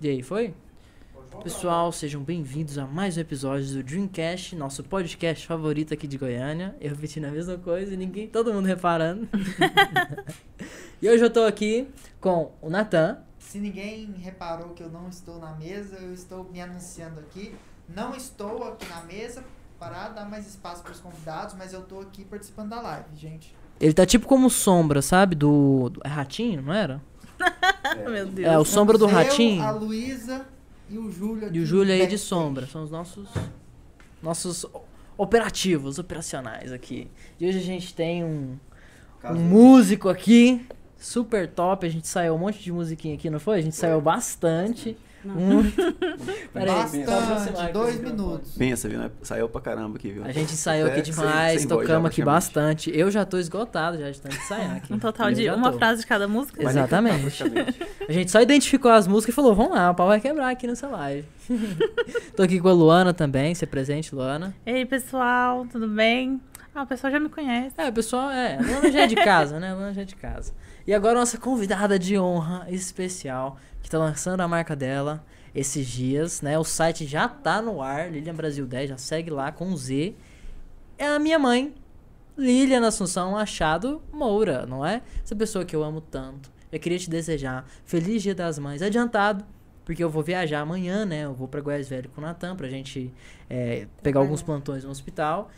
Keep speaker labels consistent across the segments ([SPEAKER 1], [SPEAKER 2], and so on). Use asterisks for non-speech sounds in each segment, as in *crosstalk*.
[SPEAKER 1] E aí, foi? Pessoal, sejam bem-vindos a mais um episódio do Dreamcast, nosso podcast favorito aqui de Goiânia. Eu repetindo a mesma coisa e ninguém, todo mundo reparando. e hoje eu tô aqui com o Natan.
[SPEAKER 2] Se ninguém reparou que eu não estou na mesa, eu estou me anunciando aqui. Não estou aqui na mesa para dar mais espaço para os convidados, mas eu tô aqui participando da live, gente.
[SPEAKER 1] Ele tá tipo como o sombra, sabe? Do, do- é ratinho, não era?
[SPEAKER 3] Oh, Meu Deus.
[SPEAKER 1] É, o sombra do
[SPEAKER 2] Eu,
[SPEAKER 1] ratinho.
[SPEAKER 2] A Luísa e o Júlio aqui.
[SPEAKER 1] E o Júlio aí de
[SPEAKER 2] backstage.
[SPEAKER 1] sombra. São os nossos. Nossos operativos, operacionais aqui. E hoje a gente tem um, um músico aqui. Super top. A gente saiu um monte de musiquinha aqui, não foi? A gente saiu bastante.
[SPEAKER 3] *laughs*
[SPEAKER 1] Muito. Peraí, só aproximar
[SPEAKER 2] Bastante,
[SPEAKER 1] aqui
[SPEAKER 2] dois
[SPEAKER 1] do microfone.
[SPEAKER 2] minutos.
[SPEAKER 3] Pensa, viu? né? Saiu pra caramba aqui, viu?
[SPEAKER 1] A gente ensaiou aqui
[SPEAKER 3] É, sem-
[SPEAKER 1] demais,
[SPEAKER 3] sem voz já,
[SPEAKER 1] tocamos aqui
[SPEAKER 3] praticamente.
[SPEAKER 1] bastante. Eu já tô esgotado já de tanto ensaiar aqui.
[SPEAKER 3] Um
[SPEAKER 1] Eu
[SPEAKER 3] total
[SPEAKER 1] já
[SPEAKER 3] de uma
[SPEAKER 1] tô.
[SPEAKER 3] frase de cada música.
[SPEAKER 1] Mas- Exatamente.
[SPEAKER 3] Vai
[SPEAKER 1] *laughs*
[SPEAKER 3] nem
[SPEAKER 4] Um,
[SPEAKER 3] cantar, praticamente.
[SPEAKER 1] A gente só identificou as músicas e falou, vamos lá, o pau vai quebrar aqui nessa
[SPEAKER 3] *laughs*
[SPEAKER 1] live. tô aqui com a Luana também, se presente, Luana.
[SPEAKER 3] Ei, pessoal, tudo bem? Ah, o pessoal já me conhece.
[SPEAKER 1] É, o pessoal, é, a Luana já é de casa, né? A Luana já é de casa. E agora a nossa convidada de honra especial, que tá lançando a marca dela esses dias, né? O site já tá no ar, Lilian Brasil 10, já segue lá com um Z. É a minha mãe, Lilian Assunção Achado Moura, não é? Essa pessoa que eu amo tanto. Eu queria te desejar feliz Dia das Mães adiantado, porque eu vou viajar amanhã, né? Eu vou pra Goiás Velho com o Natan pra gente é, pegar alguns plantões no hospital.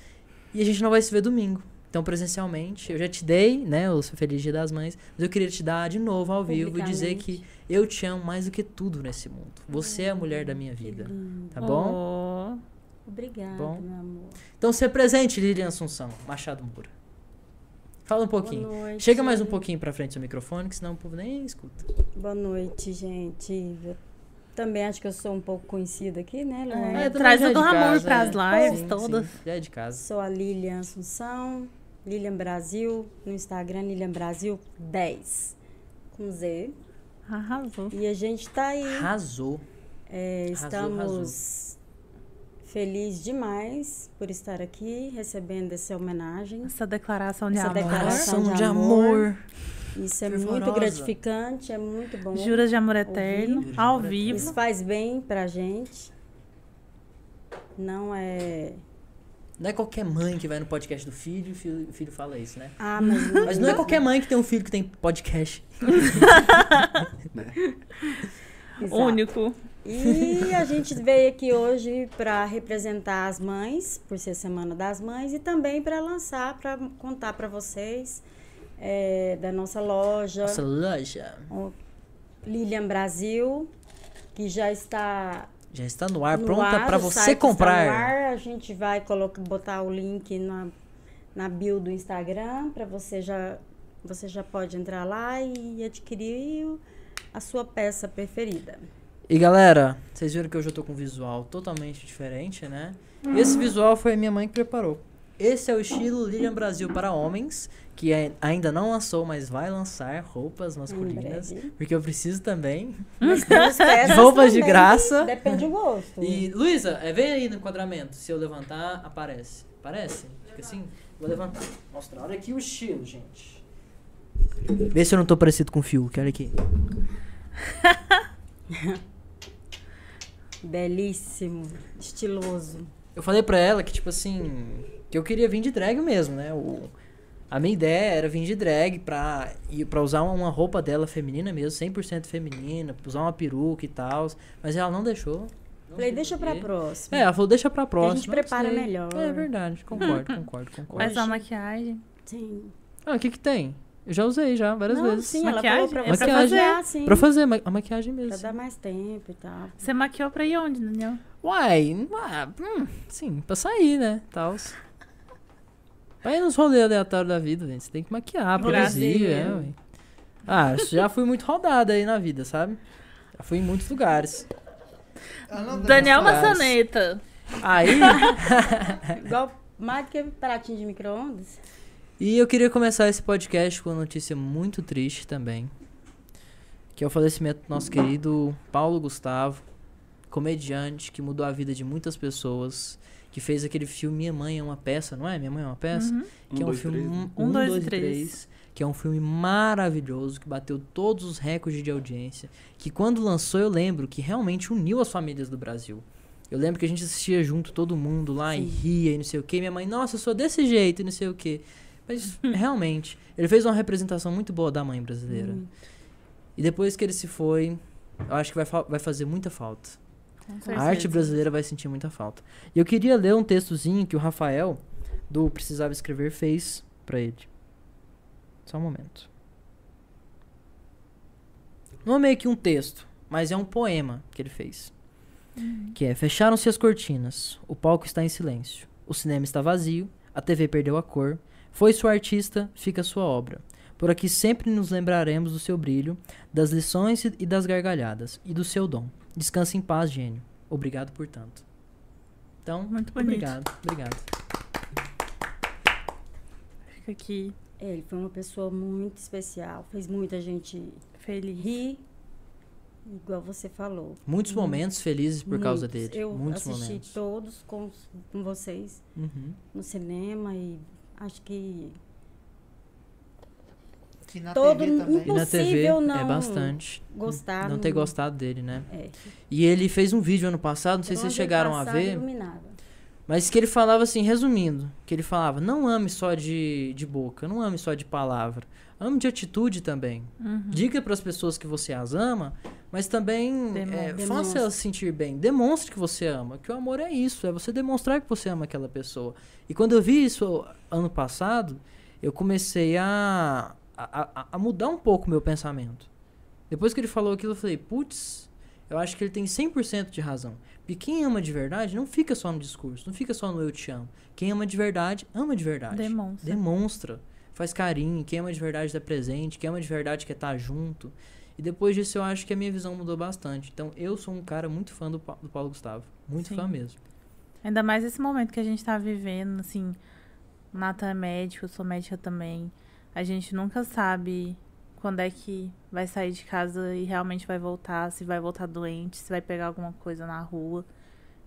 [SPEAKER 1] E a gente não vai se ver domingo. Então, presencialmente, eu já te dei, né? O seu Feliz Dia das Mães, mas eu queria te dar de novo ao vivo e dizer que eu te amo mais do que tudo nesse mundo. Você é a mulher da minha vida. Tá bom?
[SPEAKER 3] Ô,
[SPEAKER 5] Obrigada,
[SPEAKER 1] Bom.
[SPEAKER 5] meu amor.
[SPEAKER 1] Então, se presente, Lilian Assunção, Machado Moura. Fala um pouquinho.
[SPEAKER 5] Boa noite.
[SPEAKER 1] Chega mais um pouquinho pra frente do seu microfone, que senão o povo nem escuta.
[SPEAKER 5] Boa noite, gente. Eu também acho que eu sou um pouco conhecida aqui, né, Luana?
[SPEAKER 1] também
[SPEAKER 3] É, traz
[SPEAKER 1] já
[SPEAKER 3] o
[SPEAKER 1] é
[SPEAKER 3] Dom
[SPEAKER 1] de
[SPEAKER 3] Ramon
[SPEAKER 1] casa,
[SPEAKER 3] pras
[SPEAKER 1] né?
[SPEAKER 3] lives
[SPEAKER 1] Sim,
[SPEAKER 3] todas.
[SPEAKER 1] sim, já é de casa.
[SPEAKER 5] Sou a Lilian Assunção, Lilian Brasil, no Instagram Lilian Brasil 10, com Z.
[SPEAKER 3] Oh, Arrasou.
[SPEAKER 5] E a gente tá aí.
[SPEAKER 1] Arrasou.
[SPEAKER 5] É,
[SPEAKER 1] arrasou,
[SPEAKER 5] estamos
[SPEAKER 1] arrasou.
[SPEAKER 5] felizes demais por estar aqui, recebendo essa homenagem.
[SPEAKER 3] Essa declaração de
[SPEAKER 5] Essa
[SPEAKER 3] amor.
[SPEAKER 5] declaração.
[SPEAKER 1] Coração
[SPEAKER 5] de
[SPEAKER 1] de amor.
[SPEAKER 5] Isso é
[SPEAKER 1] Fervorosa.
[SPEAKER 5] muito gratificante, é muito bom.
[SPEAKER 3] Jura de amor eterno,
[SPEAKER 1] Ouvi.
[SPEAKER 3] ao
[SPEAKER 1] Jura de amor
[SPEAKER 3] vivo.
[SPEAKER 5] Isso faz bem pra gente. Não é.
[SPEAKER 1] Não é qualquer mãe que vai no podcast do filho, o filho, o filho fala isso, né?
[SPEAKER 5] Ah, mas *laughs*
[SPEAKER 1] Mas não é qualquer mãe que tem um filho que tem podcast. um.
[SPEAKER 5] Exato.
[SPEAKER 3] Único.
[SPEAKER 5] E a gente veio aqui hoje para representar as mães, por ser Semana das Mães, e também para lançar, para contar para vocês eh, da nossa loja
[SPEAKER 1] Nossa, loja.
[SPEAKER 5] o Lilian Brasil, que já está
[SPEAKER 1] Já está no ar,
[SPEAKER 5] no
[SPEAKER 1] pronta
[SPEAKER 5] ar,
[SPEAKER 1] Ah, é pra
[SPEAKER 5] o site
[SPEAKER 1] você
[SPEAKER 5] está
[SPEAKER 1] comprar. é.
[SPEAKER 5] no ar. a gente vai colocar, botar o link na, na bio do Instagram para você já você já pode entrar lá e adquirir o- a sua
[SPEAKER 1] *laughs*
[SPEAKER 5] peça preferida.
[SPEAKER 1] E galera, vocês viram que hoje eu tô com um visual totalmente diferente, né? Esse visual foi a minha mãe que preparou. Esse é o estilo Lilian Brasil para homens, que é- ainda não lançou, mas vai lançar roupas masculinas,
[SPEAKER 5] breve.
[SPEAKER 1] porque eu preciso também.
[SPEAKER 5] *laughs* Mas temos peças
[SPEAKER 1] Roupas de
[SPEAKER 5] também,
[SPEAKER 1] graça.
[SPEAKER 5] Depende do gosto.
[SPEAKER 1] E Luísa, é, vem aí no enquadramento. Se eu levantar, aparece. Aparece? Fica assim? Vou levantar. Mostrar. Olha aqui o estilo, gente. Vê se eu não tô parecido com o Fiuk, olha aqui.
[SPEAKER 5] Belíssimo, estiloso.
[SPEAKER 1] Eu falei pra ela que, tipo assim, que eu queria vir de drag mesmo, né? O, a minha ideia era vir de drag pra, e pra usar uma roupa dela feminina mesmo, 100% feminina, usar uma peruca e tal. Mas ela não deixou. Não
[SPEAKER 5] Falei,
[SPEAKER 1] sei
[SPEAKER 5] deixa
[SPEAKER 1] por
[SPEAKER 5] pra
[SPEAKER 1] quê.
[SPEAKER 5] próxima.
[SPEAKER 1] É, ela falou, deixa pra próxima. não
[SPEAKER 5] prepara
[SPEAKER 1] sei.
[SPEAKER 5] melhor.
[SPEAKER 1] É verdade,
[SPEAKER 5] *laughs*
[SPEAKER 1] concordo, concordo, concordo.
[SPEAKER 3] Mas a maquiagem.
[SPEAKER 5] Sim.
[SPEAKER 1] Ah, o que que tem? Eu já usei já, várias
[SPEAKER 5] Não,
[SPEAKER 1] vezes.
[SPEAKER 5] sim,
[SPEAKER 3] Maquiagem?
[SPEAKER 5] ela falou pra
[SPEAKER 1] É
[SPEAKER 5] você
[SPEAKER 1] maquiagem.
[SPEAKER 5] fazer, sim.
[SPEAKER 1] Pra fazer ma- a maquiagem mesmo.
[SPEAKER 5] Pra dar mais tempo e tal.
[SPEAKER 3] Você maquiou pra ir onde, Daniel?
[SPEAKER 1] Uai, ah, hum, sim, pra sair, né? Tals. Vai nos rolês aleatórios da vida, gente. Você tem que maquiar, produzir,
[SPEAKER 3] Brasil.
[SPEAKER 1] é, ué. Ah, isso já fui muito rodada aí na vida, sabe? Já fui em muitos lugares.
[SPEAKER 2] Ela não dança.
[SPEAKER 3] Daniel
[SPEAKER 1] Mas-
[SPEAKER 3] Maçaneta.
[SPEAKER 1] Aí, É.
[SPEAKER 5] Igual mais do que pratinho de micro-ondas.
[SPEAKER 1] e eu queria começar esse podcast com uma notícia muito triste também. Que é o falecimento do nosso querido Paulo Gustavo, comediante que mudou a vida de muitas pessoas, que fez aquele filme Minha Mãe é uma Peça, não é? Minha Mãe é uma Peça?
[SPEAKER 3] Uhum.
[SPEAKER 1] que é um
[SPEAKER 4] dois,
[SPEAKER 1] filme
[SPEAKER 4] três, né?
[SPEAKER 1] 1,
[SPEAKER 3] Um, dois,
[SPEAKER 1] 2 e
[SPEAKER 3] três.
[SPEAKER 1] 3, que é um filme maravilhoso, que bateu todos os recordes de audiência, que quando lançou eu lembro que realmente uniu as famílias do Brasil. Eu lembro que a gente assistia junto todo mundo lá e ria e não sei o que. Minha mãe, nossa, eu sou desse jeito e não sei o que. Mas realmente, ele fez uma representação muito boa da mãe brasileira. E depois que ele se foi, eu acho que vai, fa- vai fazer muita falta.
[SPEAKER 3] Com
[SPEAKER 1] A arte
[SPEAKER 3] certeza.
[SPEAKER 1] brasileira vai sentir muita falta. E eu queria ler um textozinho que o Rafael, do Precisava Escrever, fez pra ele. Só um momento. Não é meio que um texto, mas é um poema que ele fez. Que é: Fecharam-se as cortinas, o palco está em silêncio, o cinema está vazio, a TV perdeu a cor, foi sua artista, fica sua obra. Por aqui sempre nos lembraremos do seu brilho, das lições e e das gargalhadas, e do seu dom. Descanse em paz, gênio. Obrigado por tanto. Então,
[SPEAKER 3] Muito bonito.
[SPEAKER 1] obrigado, obrigado.
[SPEAKER 3] Fica aqui
[SPEAKER 5] É, ele foi uma pessoa muito especial, fez muita gente
[SPEAKER 3] feliz.
[SPEAKER 5] rir, igual você falou.
[SPEAKER 1] Muitos momentos felizes Tipo, por causa
[SPEAKER 5] Uhum. Muitos.
[SPEAKER 1] dele.
[SPEAKER 5] Eu
[SPEAKER 1] Muitos
[SPEAKER 5] assisti
[SPEAKER 1] momentos.
[SPEAKER 5] todos com, com vocês
[SPEAKER 1] Uhum.
[SPEAKER 5] no cinema e acho que
[SPEAKER 2] Que na
[SPEAKER 5] Todo
[SPEAKER 2] TV também.
[SPEAKER 1] E na TV
[SPEAKER 5] Possível
[SPEAKER 1] é
[SPEAKER 5] não
[SPEAKER 1] bastante.
[SPEAKER 5] gostaram.
[SPEAKER 1] Não ter gostado dele, né?
[SPEAKER 5] É.
[SPEAKER 1] E ele fez um vídeo ano passado, não sei se vocês
[SPEAKER 5] Onde eu
[SPEAKER 1] chegaram a
[SPEAKER 5] passava,
[SPEAKER 1] ver,
[SPEAKER 5] iluminava.
[SPEAKER 1] mas que ele falava assim, resumindo, que ele falava, não ame só de, de boca, não ame só de palavra, ame de atitude também. Diga para as pessoas que você as ama, mas também
[SPEAKER 3] Demo-
[SPEAKER 1] é, faça
[SPEAKER 5] demonstre.
[SPEAKER 1] elas se sentir bem, demonstre que você ama, que o amor é isso, é você demonstrar que você ama aquela pessoa. E quando eu vi isso ano passado, eu comecei a, a, a- a mudar um pouco o meu pensamento. Depois que ele falou aquilo, eu falei, putz, eu acho que ele tem 100% de razão. Porque quem ama de verdade não fica só no discurso, não fica só no eu te amo. Quem ama de verdade, ama de verdade.
[SPEAKER 3] Demonstra.
[SPEAKER 1] Demonstra. Faz carinho, quem ama de verdade dá presente, quem ama de verdade quer estar junto. E depois disso eu acho que a minha visão mudou bastante. Então eu sou um cara muito fã do, Pa- do Paulo Gustavo. Muito
[SPEAKER 3] Sim.
[SPEAKER 1] fã mesmo.
[SPEAKER 3] Ainda mais esse momento que a gente tá vivendo, assim. o Nata é médico, eu sou médica também. A gente nunca sabe quando é que vai sair de casa e realmente vai voltar, se vai voltar doente, se vai pegar alguma coisa na rua.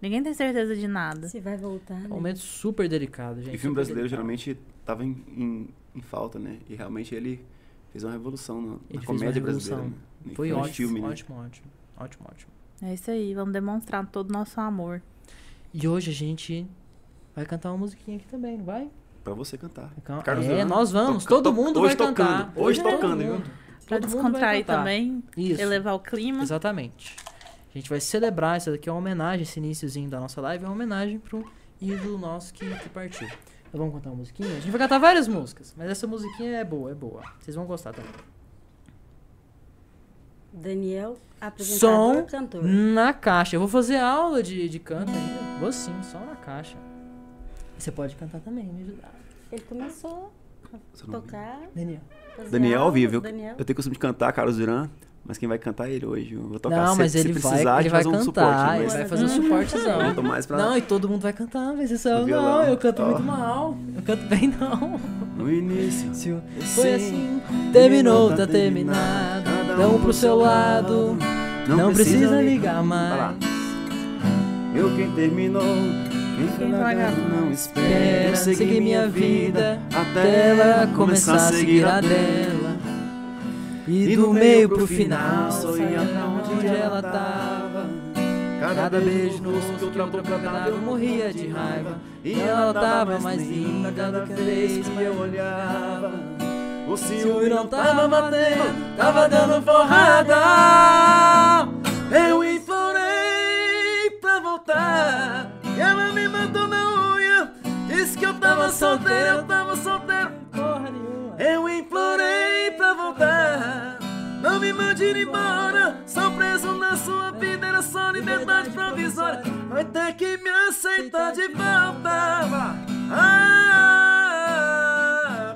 [SPEAKER 3] Ninguém tem certeza de nada.
[SPEAKER 5] Se vai voltar.
[SPEAKER 1] Um
[SPEAKER 5] né?
[SPEAKER 1] momento super delicado, gente.
[SPEAKER 4] E
[SPEAKER 1] super
[SPEAKER 4] filme
[SPEAKER 1] delicado.
[SPEAKER 4] brasileiro geralmente tava em, em- em falta, né? E realmente ele fez uma revolução na, na
[SPEAKER 1] fez uma
[SPEAKER 4] comédia
[SPEAKER 1] revolução.
[SPEAKER 4] brasileira. Né? Em
[SPEAKER 1] Foi
[SPEAKER 4] filme,
[SPEAKER 1] ótimo,
[SPEAKER 4] filme, né?
[SPEAKER 1] ótimo, ótimo, ótimo, ótimo.
[SPEAKER 3] É isso aí, vamos demonstrar todo o nosso amor.
[SPEAKER 1] E hoje a gente vai cantar uma musiquinha aqui também, não vai?
[SPEAKER 4] Pra você cantar. né?
[SPEAKER 1] Então,
[SPEAKER 4] Carlos
[SPEAKER 1] é,
[SPEAKER 4] Leandro.
[SPEAKER 1] nós vamos.
[SPEAKER 4] Toca-
[SPEAKER 1] todo
[SPEAKER 4] to-
[SPEAKER 1] mundo
[SPEAKER 4] hoje
[SPEAKER 1] vai cantar.
[SPEAKER 4] tocando, hoje
[SPEAKER 1] todo
[SPEAKER 4] tocando, viu?
[SPEAKER 1] mundo.
[SPEAKER 3] Pra
[SPEAKER 1] Todo mundo vai
[SPEAKER 3] descontrair
[SPEAKER 1] cantar.
[SPEAKER 3] também,
[SPEAKER 1] Isso.
[SPEAKER 3] elevar o clima.
[SPEAKER 1] Exatamente. A gente vai celebrar, isso daqui é uma homenagem, esse iníciozinho da nossa live é uma homenagem pro ídolo nosso que, que partiu. Então vamos cantar uma musiquinha? A gente vai cantar várias músicas, mas essa musiquinha é boa, é boa. Vocês vão gostar também.
[SPEAKER 5] Daniel, apresentador,
[SPEAKER 1] Som Hum.
[SPEAKER 5] cantor.
[SPEAKER 1] na caixa. Eu vou fazer aula de, de canto ainda. Vou sim, som na caixa. Você pode cantar também, me ajudar.
[SPEAKER 5] Ele começou
[SPEAKER 4] Você
[SPEAKER 5] a
[SPEAKER 4] não-
[SPEAKER 5] tocar.
[SPEAKER 1] Daniel.
[SPEAKER 5] fazer
[SPEAKER 4] Daniel ao
[SPEAKER 5] aulas,
[SPEAKER 4] vivo. Eu,
[SPEAKER 5] Daniel.
[SPEAKER 4] eu tenho costume de cantar, Carlos Duran, mas quem vai cantar é ele hoje. Eu vou tocar
[SPEAKER 1] Não,
[SPEAKER 4] se,
[SPEAKER 1] mas
[SPEAKER 4] se
[SPEAKER 1] ele vai,
[SPEAKER 4] precisar, a
[SPEAKER 1] ele
[SPEAKER 4] gente
[SPEAKER 1] vai
[SPEAKER 4] faz um
[SPEAKER 1] cantar,
[SPEAKER 4] suporte.
[SPEAKER 1] ele
[SPEAKER 4] Mas
[SPEAKER 1] vai fazer um
[SPEAKER 4] eu tô
[SPEAKER 1] suportezão.
[SPEAKER 4] mais pra...
[SPEAKER 1] Não, e todo mundo vai cantar, mas isso eu
[SPEAKER 4] No
[SPEAKER 1] não,
[SPEAKER 4] violão.
[SPEAKER 1] eu canto
[SPEAKER 4] Ó.
[SPEAKER 1] muito mal. Eu canto bem não.
[SPEAKER 4] No início.
[SPEAKER 1] Se o-
[SPEAKER 4] Sim.
[SPEAKER 1] Foi assim, terminou, tá terminado. Cada um pro seu lado, não precisa ligar
[SPEAKER 4] Vai lá.
[SPEAKER 1] mais.
[SPEAKER 4] Eu quem terminou, quem
[SPEAKER 3] Quem
[SPEAKER 4] foi largado
[SPEAKER 3] vagabundo
[SPEAKER 4] não espera.
[SPEAKER 1] Quero
[SPEAKER 4] Eu
[SPEAKER 1] seguir minha vida até ela começar a seguir a dela. E do meio pro final, sonhar pra onde ela tava. Cada beijo no rosto que outra boca dava, eu morria de raiva. E ela tava mais linda cada vez que eu olhava.
[SPEAKER 4] O
[SPEAKER 1] ciúme não tava batendo, tava dando forrada. Eu implorei pra voltar. E ela me mandou na unha. Disse que eu tava solteiro, eu tava solteiro. Porra nenhuma. Eu implorei pra voltar. Não me mande ir embora. Sou preso na sua vida, era só liberdade provisória. Vai ter que me aceitar de volta. Ah,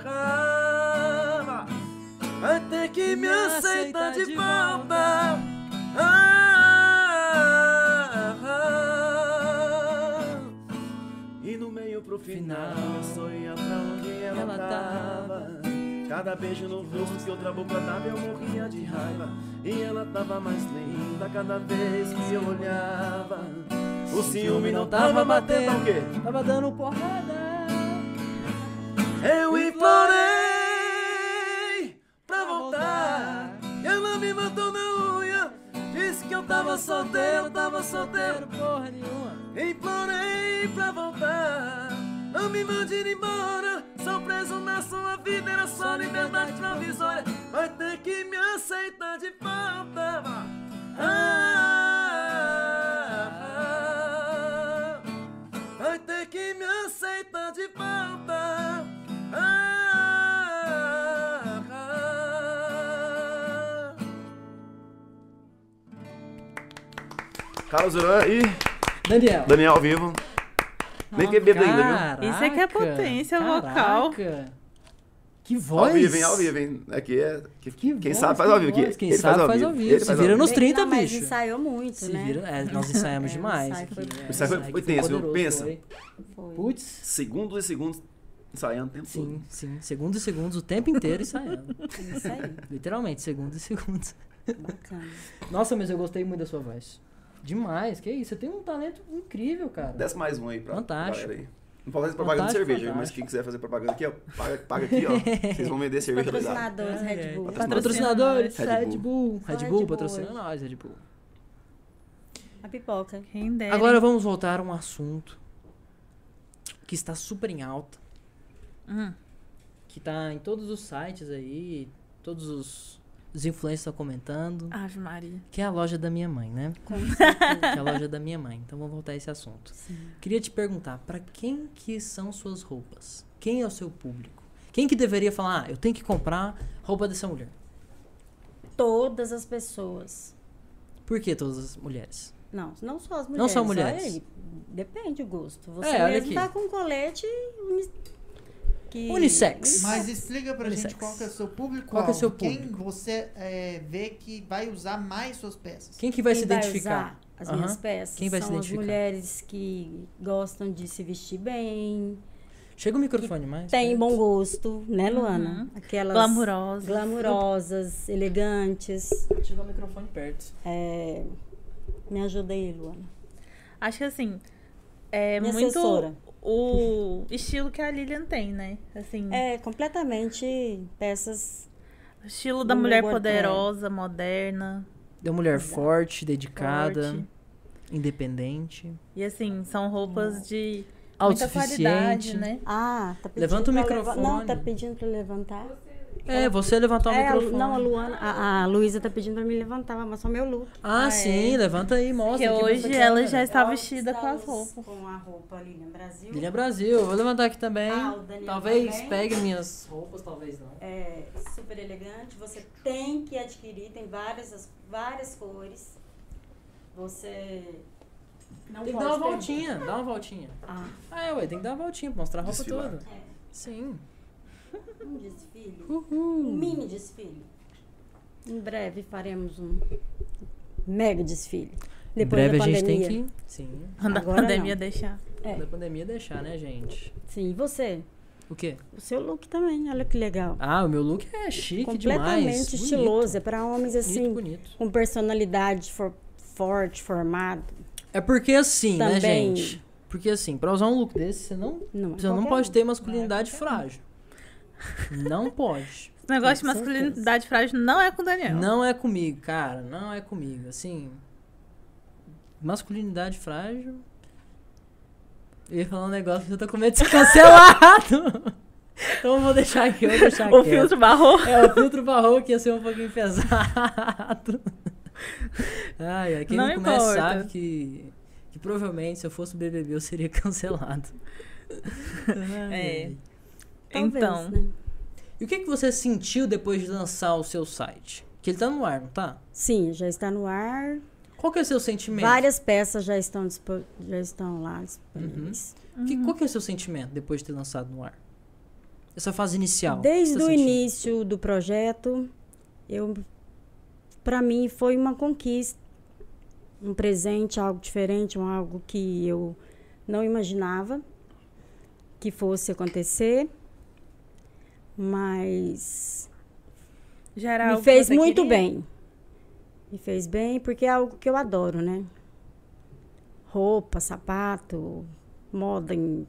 [SPEAKER 1] ah, ah. Vai ter que me aceitar de volta. Ah, ah, ah.
[SPEAKER 4] E no meio pro final, eu sonhava pra onde
[SPEAKER 1] Ela
[SPEAKER 4] ela
[SPEAKER 1] tava.
[SPEAKER 4] tava. Cada beijo no rosto que outra boca dava, eu morria de raiva. E ela tava mais linda cada vez que eu olhava. O ciúme não tava batendo, o quê?
[SPEAKER 1] Tava dando porrada.
[SPEAKER 4] Eu implorei
[SPEAKER 1] que eu tava solteiro, tava solteiro, porra nenhuma.
[SPEAKER 4] Implorei pra voltar. Não me mande ir embora. Sou preso na sua vida, era só liberdade provisória. Vai ter que me aceitar de volta. Ah, vai ter que me aceitar de volta. Ah, Carlos Duran e
[SPEAKER 1] Daniel.
[SPEAKER 4] Daniel ao vivo. Nem que é bêbado ainda, viu?
[SPEAKER 1] Caraca,
[SPEAKER 3] Isso é que é potência vocal.
[SPEAKER 1] caraca. Que voz.
[SPEAKER 4] Ao vivo, hein? Ao vivo, hein? Aqui é. que-
[SPEAKER 1] Que
[SPEAKER 4] quem
[SPEAKER 1] voz,
[SPEAKER 4] sabe faz
[SPEAKER 1] que
[SPEAKER 4] ao vivo. que
[SPEAKER 1] voz. Quem
[SPEAKER 4] ele
[SPEAKER 1] sabe
[SPEAKER 4] faz ao
[SPEAKER 1] faz
[SPEAKER 4] vivo.
[SPEAKER 1] ao vivo.
[SPEAKER 4] Ele
[SPEAKER 1] Se
[SPEAKER 4] faz ao
[SPEAKER 1] vira
[SPEAKER 4] vivo.
[SPEAKER 1] nos 30,
[SPEAKER 5] não, mas
[SPEAKER 1] bicho.
[SPEAKER 5] ensaiou muito,
[SPEAKER 1] Se
[SPEAKER 5] né?
[SPEAKER 1] viram- é, nós ensaiamos
[SPEAKER 5] É,
[SPEAKER 1] demais.
[SPEAKER 5] ensaio
[SPEAKER 1] aqui,
[SPEAKER 5] foi-
[SPEAKER 1] né?
[SPEAKER 5] O
[SPEAKER 4] ensaio foi-
[SPEAKER 1] Ensaio
[SPEAKER 4] foi
[SPEAKER 1] que
[SPEAKER 4] tenso, viu?
[SPEAKER 1] poderoso,
[SPEAKER 4] Pensa.
[SPEAKER 1] foi.
[SPEAKER 5] Foi.
[SPEAKER 1] Putz.
[SPEAKER 4] Segundos e segundos ensaiando o tempo
[SPEAKER 1] Sim, sim. Segundos e segundos, o tempo inteiro ensaiando.
[SPEAKER 5] Isso aí,
[SPEAKER 1] *laughs* Literalmente, segundos e segundos.
[SPEAKER 4] *laughs*
[SPEAKER 5] bacana.
[SPEAKER 1] Nossa, mas eu gostei muito da sua voz. Demais, que isso. Você tem um talento incrível, cara.
[SPEAKER 4] todo. Desce mais um aí pra
[SPEAKER 1] Fantástico.
[SPEAKER 4] galera aí. Não pode fazer propaganda de
[SPEAKER 1] Fantástico,
[SPEAKER 4] cerveja, mas
[SPEAKER 1] fantástico.
[SPEAKER 4] quem quiser fazer propaganda aqui, ó, paga, paga
[SPEAKER 1] *laughs*
[SPEAKER 4] aqui, ó. Vocês vão vender cerveja pesada.
[SPEAKER 5] Patrocinadores, Red Bull.
[SPEAKER 4] Patrocina-
[SPEAKER 1] Patrocinadores,
[SPEAKER 4] Red
[SPEAKER 1] Red Bull.
[SPEAKER 5] Só
[SPEAKER 1] Red
[SPEAKER 5] Red
[SPEAKER 1] Bull
[SPEAKER 5] Bull
[SPEAKER 1] patrocina
[SPEAKER 5] hoje.
[SPEAKER 1] nós, Red Bull.
[SPEAKER 5] A pipoca.
[SPEAKER 3] Quem dera.
[SPEAKER 1] Agora vamos voltar a um assunto que está super em alta,
[SPEAKER 3] Hum,
[SPEAKER 1] que está em todos os sites aí, todos os, os influencers estão comentando,
[SPEAKER 3] Ave Maria.
[SPEAKER 1] que é a loja da minha mãe, né?
[SPEAKER 5] Com certeza.
[SPEAKER 1] Que é a loja da minha mãe. Então vamos voltar a esse assunto.
[SPEAKER 5] Sim.
[SPEAKER 1] Queria te perguntar, para quem que são suas roupas? Quem é o seu público? Quem que deveria falar, ah, eu tenho que comprar roupa dessa mulher?
[SPEAKER 5] Todas as pessoas.
[SPEAKER 1] Por que todas as mulheres?
[SPEAKER 5] Não, não só as mulheres.
[SPEAKER 1] Não só
[SPEAKER 5] olha
[SPEAKER 1] mulheres.
[SPEAKER 5] aí, Depende o gosto. Você
[SPEAKER 1] É, olha
[SPEAKER 5] mesmo
[SPEAKER 1] aqui.
[SPEAKER 5] tá com colete uni- que...
[SPEAKER 1] Unissex.
[SPEAKER 2] Mas explica pra
[SPEAKER 1] Unissex.
[SPEAKER 2] gente qual que é o seu público.
[SPEAKER 1] Qual que é o seu
[SPEAKER 2] Quem
[SPEAKER 1] público?
[SPEAKER 2] você é, vê que vai usar mais suas peças.
[SPEAKER 1] Quem que vai
[SPEAKER 5] Quem
[SPEAKER 1] se identificar?
[SPEAKER 5] usar as
[SPEAKER 1] Aham.
[SPEAKER 5] minhas peças
[SPEAKER 1] Quem vai se
[SPEAKER 5] são as
[SPEAKER 1] identificar?
[SPEAKER 5] mulheres que gostam de se vestir bem,
[SPEAKER 1] Chega o microfone mais.
[SPEAKER 5] têm
[SPEAKER 1] perto.
[SPEAKER 5] bom gosto, né,
[SPEAKER 1] Uhum.
[SPEAKER 5] Luana? Aquelas
[SPEAKER 3] Glamurosa.
[SPEAKER 5] glamurosas, elegantes.
[SPEAKER 1] Chega o microfone perto.
[SPEAKER 5] É, Me ajuda aí, Luana.
[SPEAKER 3] Acho que assim. É
[SPEAKER 5] Minha
[SPEAKER 3] muito
[SPEAKER 5] assessora.
[SPEAKER 1] *laughs*
[SPEAKER 3] o estilo que a Lilian tem, né? Assim,
[SPEAKER 1] Hum.
[SPEAKER 5] É completamente peças
[SPEAKER 3] o estilo da
[SPEAKER 5] Não é
[SPEAKER 3] mulher
[SPEAKER 5] vou botar.
[SPEAKER 3] poderosa, moderna.
[SPEAKER 1] De É uma mulher forte, dedicada,
[SPEAKER 3] Forte.
[SPEAKER 1] independente,
[SPEAKER 3] E assim, são roupas de muita
[SPEAKER 1] autossuficiente.
[SPEAKER 3] qualidade, né?
[SPEAKER 5] Ah, tá pedindo
[SPEAKER 1] Levanta o
[SPEAKER 5] pra levar-
[SPEAKER 1] microfone.
[SPEAKER 5] Não, tá pedindo pra levantar.
[SPEAKER 1] É, você levantar o
[SPEAKER 5] É, a Lu-
[SPEAKER 1] microfone.
[SPEAKER 5] não, a Luana, a, a Luísa tá pedindo pra me levantar, mas só meu look.
[SPEAKER 1] Ah, sim, levanta aí, mostra.
[SPEAKER 3] Porque
[SPEAKER 1] aqui pra
[SPEAKER 3] hoje
[SPEAKER 1] você,
[SPEAKER 3] ela
[SPEAKER 1] cara.
[SPEAKER 3] já está
[SPEAKER 5] Ela
[SPEAKER 3] vestida com
[SPEAKER 5] está
[SPEAKER 3] as roupas.
[SPEAKER 5] Com a roupa ali no Brasil.
[SPEAKER 1] Lilian é Brasil, vou levantar aqui também.
[SPEAKER 5] Ah, o Daniel
[SPEAKER 1] talvez
[SPEAKER 5] também.
[SPEAKER 1] pegue minhas roupas, talvez não.
[SPEAKER 5] É super elegante, você tem que adquirir, tem várias, as- várias cores. Você não
[SPEAKER 1] Tem que
[SPEAKER 5] pode
[SPEAKER 1] dar uma
[SPEAKER 5] perder.
[SPEAKER 1] voltinha, dá uma voltinha.
[SPEAKER 5] Ah,
[SPEAKER 1] Ah, é, ué, tem que dar uma voltinha pra mostrar a roupa
[SPEAKER 4] Desfilar.
[SPEAKER 1] toda.
[SPEAKER 5] é.
[SPEAKER 1] Sim.
[SPEAKER 5] Um desfile. Um
[SPEAKER 1] Uhul.
[SPEAKER 5] mini desfile. Em breve faremos um mega desfile.
[SPEAKER 1] Em
[SPEAKER 5] Depois
[SPEAKER 1] breve
[SPEAKER 5] da
[SPEAKER 1] a gente
[SPEAKER 5] pandemia.
[SPEAKER 1] tem que. Sim.
[SPEAKER 5] É.
[SPEAKER 3] Quando a
[SPEAKER 5] Agora
[SPEAKER 3] pandemia
[SPEAKER 5] não.
[SPEAKER 3] deixar.
[SPEAKER 5] É.
[SPEAKER 1] Da pandemia deixar, né, gente?
[SPEAKER 5] Sim, e você?
[SPEAKER 1] O quê?
[SPEAKER 5] O seu look também, olha que legal.
[SPEAKER 1] Ah, o meu look é chique
[SPEAKER 5] Completamente
[SPEAKER 1] demais. Bonito.
[SPEAKER 5] estiloso. É pra homens assim,
[SPEAKER 1] Bonito, bonito.
[SPEAKER 5] com personalidade for- forte, formado.
[SPEAKER 1] É porque assim, né,
[SPEAKER 5] Também-
[SPEAKER 1] gente? Porque assim, pra usar um look desse, você não,
[SPEAKER 5] Não, é
[SPEAKER 1] você não
[SPEAKER 5] qualquer
[SPEAKER 1] pode
[SPEAKER 5] um.
[SPEAKER 1] ter masculinidade frágil. Não pode.
[SPEAKER 3] Esse negócio de
[SPEAKER 1] Com certeza.
[SPEAKER 3] masculinidade frágil não é com o Daniel.
[SPEAKER 1] Não é comigo, cara. Não é comigo. Assim. Masculinidade frágil. Eu ia falar um negócio que eu tô com medo de ser
[SPEAKER 3] *laughs*
[SPEAKER 1] cancelado. então eu vou deixar aqui, eu vou deixar aqui.
[SPEAKER 3] O filtro barrou.
[SPEAKER 1] É, o filtro barrou que ia ser um pouquinho pesado. Ai, ai, quem
[SPEAKER 3] Não
[SPEAKER 1] me conhece
[SPEAKER 3] importa.
[SPEAKER 1] sabe que, que provavelmente se eu fosse o BBB eu seria
[SPEAKER 3] *laughs*
[SPEAKER 1] cancelado. Ai,
[SPEAKER 3] É.
[SPEAKER 1] ai.
[SPEAKER 5] Talvez,
[SPEAKER 3] então,
[SPEAKER 5] né?
[SPEAKER 1] E o que, que você sentiu depois de lançar o seu site? Que ele tá no ar, não tá?
[SPEAKER 5] Sim, já está no ar.
[SPEAKER 1] Qual que é o seu sentimento?
[SPEAKER 5] Várias peças já estão, dispo- já estão lá disponíveis.
[SPEAKER 1] Que- qual que é o seu sentimento depois de ter lançado no ar? Essa fase inicial. o que você
[SPEAKER 5] Desde
[SPEAKER 1] tá
[SPEAKER 5] o
[SPEAKER 1] sentindo?
[SPEAKER 5] início do projeto, eu para mim foi uma conquista, um presente, algo diferente, um algo que eu não imaginava que fosse acontecer, mas
[SPEAKER 3] já era É algo
[SPEAKER 5] me
[SPEAKER 3] que
[SPEAKER 5] fez
[SPEAKER 3] você
[SPEAKER 5] muito
[SPEAKER 3] queria.
[SPEAKER 5] bem. Me fez bem porque é algo que eu adoro, né? Roupa, sapato, moda em-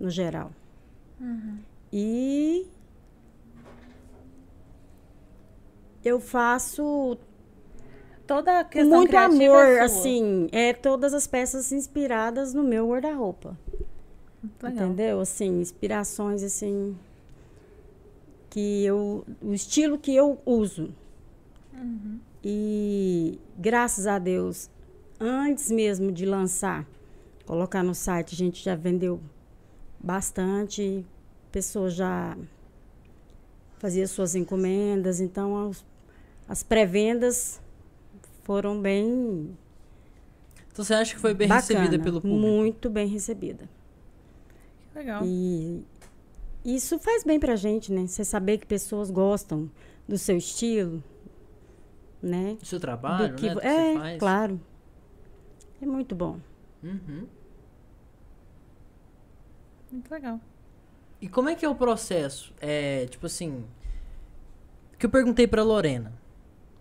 [SPEAKER 5] no geral.
[SPEAKER 3] Uhum.
[SPEAKER 5] E eu faço
[SPEAKER 3] toda a
[SPEAKER 5] Com
[SPEAKER 3] questão
[SPEAKER 5] muito
[SPEAKER 3] criativa
[SPEAKER 5] amor,
[SPEAKER 3] é sua.
[SPEAKER 5] assim, é todas as peças inspiradas no meu guarda-roupa.
[SPEAKER 3] Legal.
[SPEAKER 5] Entendeu? Assim, inspirações assim que eu o estilo que eu uso. E graças a Deus, antes mesmo de lançar, colocar no site, a gente já vendeu bastante, pessoas já fazia suas encomendas, então as, as pré-vendas foram bem,
[SPEAKER 1] Então você acha que foi bem
[SPEAKER 5] bacana,
[SPEAKER 1] recebida pelo público?
[SPEAKER 5] muito bem recebida.
[SPEAKER 3] Legal.
[SPEAKER 5] E isso faz bem pra gente, né? Você saber que pessoas gostam do seu estilo, né?
[SPEAKER 1] Do seu trabalho,
[SPEAKER 5] do que
[SPEAKER 1] né?
[SPEAKER 5] vo-
[SPEAKER 1] Do que
[SPEAKER 5] é,
[SPEAKER 1] você faz.
[SPEAKER 5] claro. É muito bom.
[SPEAKER 1] Uhum.
[SPEAKER 3] Muito legal.
[SPEAKER 1] E como é que é o processo? É, tipo assim, o que eu perguntei pra Lorena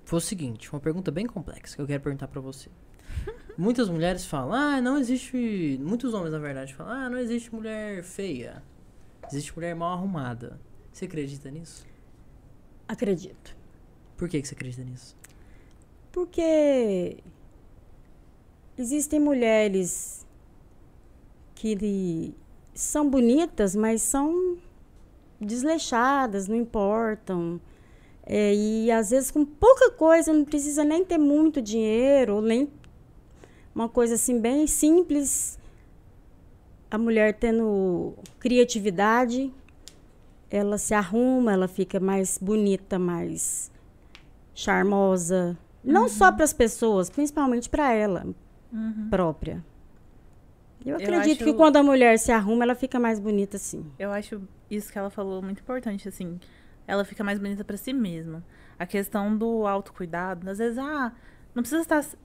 [SPEAKER 1] foi o seguinte, uma pergunta bem complexa que eu quero perguntar pra
[SPEAKER 5] *laughs*
[SPEAKER 1] você. Muitas mulheres falam: "Ah, não existe, muitos homens na verdade falam: "Ah, não existe mulher feia. Existe mulher mal arrumada". Você acredita nisso?
[SPEAKER 5] Acredito.
[SPEAKER 1] Por que que você acredita nisso?
[SPEAKER 5] Porque existem mulheres que são bonitas, mas são desleixadas, não importam. É, e às vezes com pouca coisa, não precisa nem ter muito dinheiro, ou nem uma coisa assim bem simples. A mulher tendo criatividade, ela se arruma, ela fica mais bonita, mais charmosa. Não
[SPEAKER 3] Uhum.
[SPEAKER 5] só para as pessoas, principalmente para ela própria.
[SPEAKER 3] Eu
[SPEAKER 5] Eu acredito que
[SPEAKER 3] acho-
[SPEAKER 5] quando a mulher se arruma, ela fica mais bonita assim.
[SPEAKER 3] Eu acho isso que ela falou muito importante, assim. Ela fica mais bonita pra si mesma. A questão do autocuidado, às vezes, ah, não precisa estar s-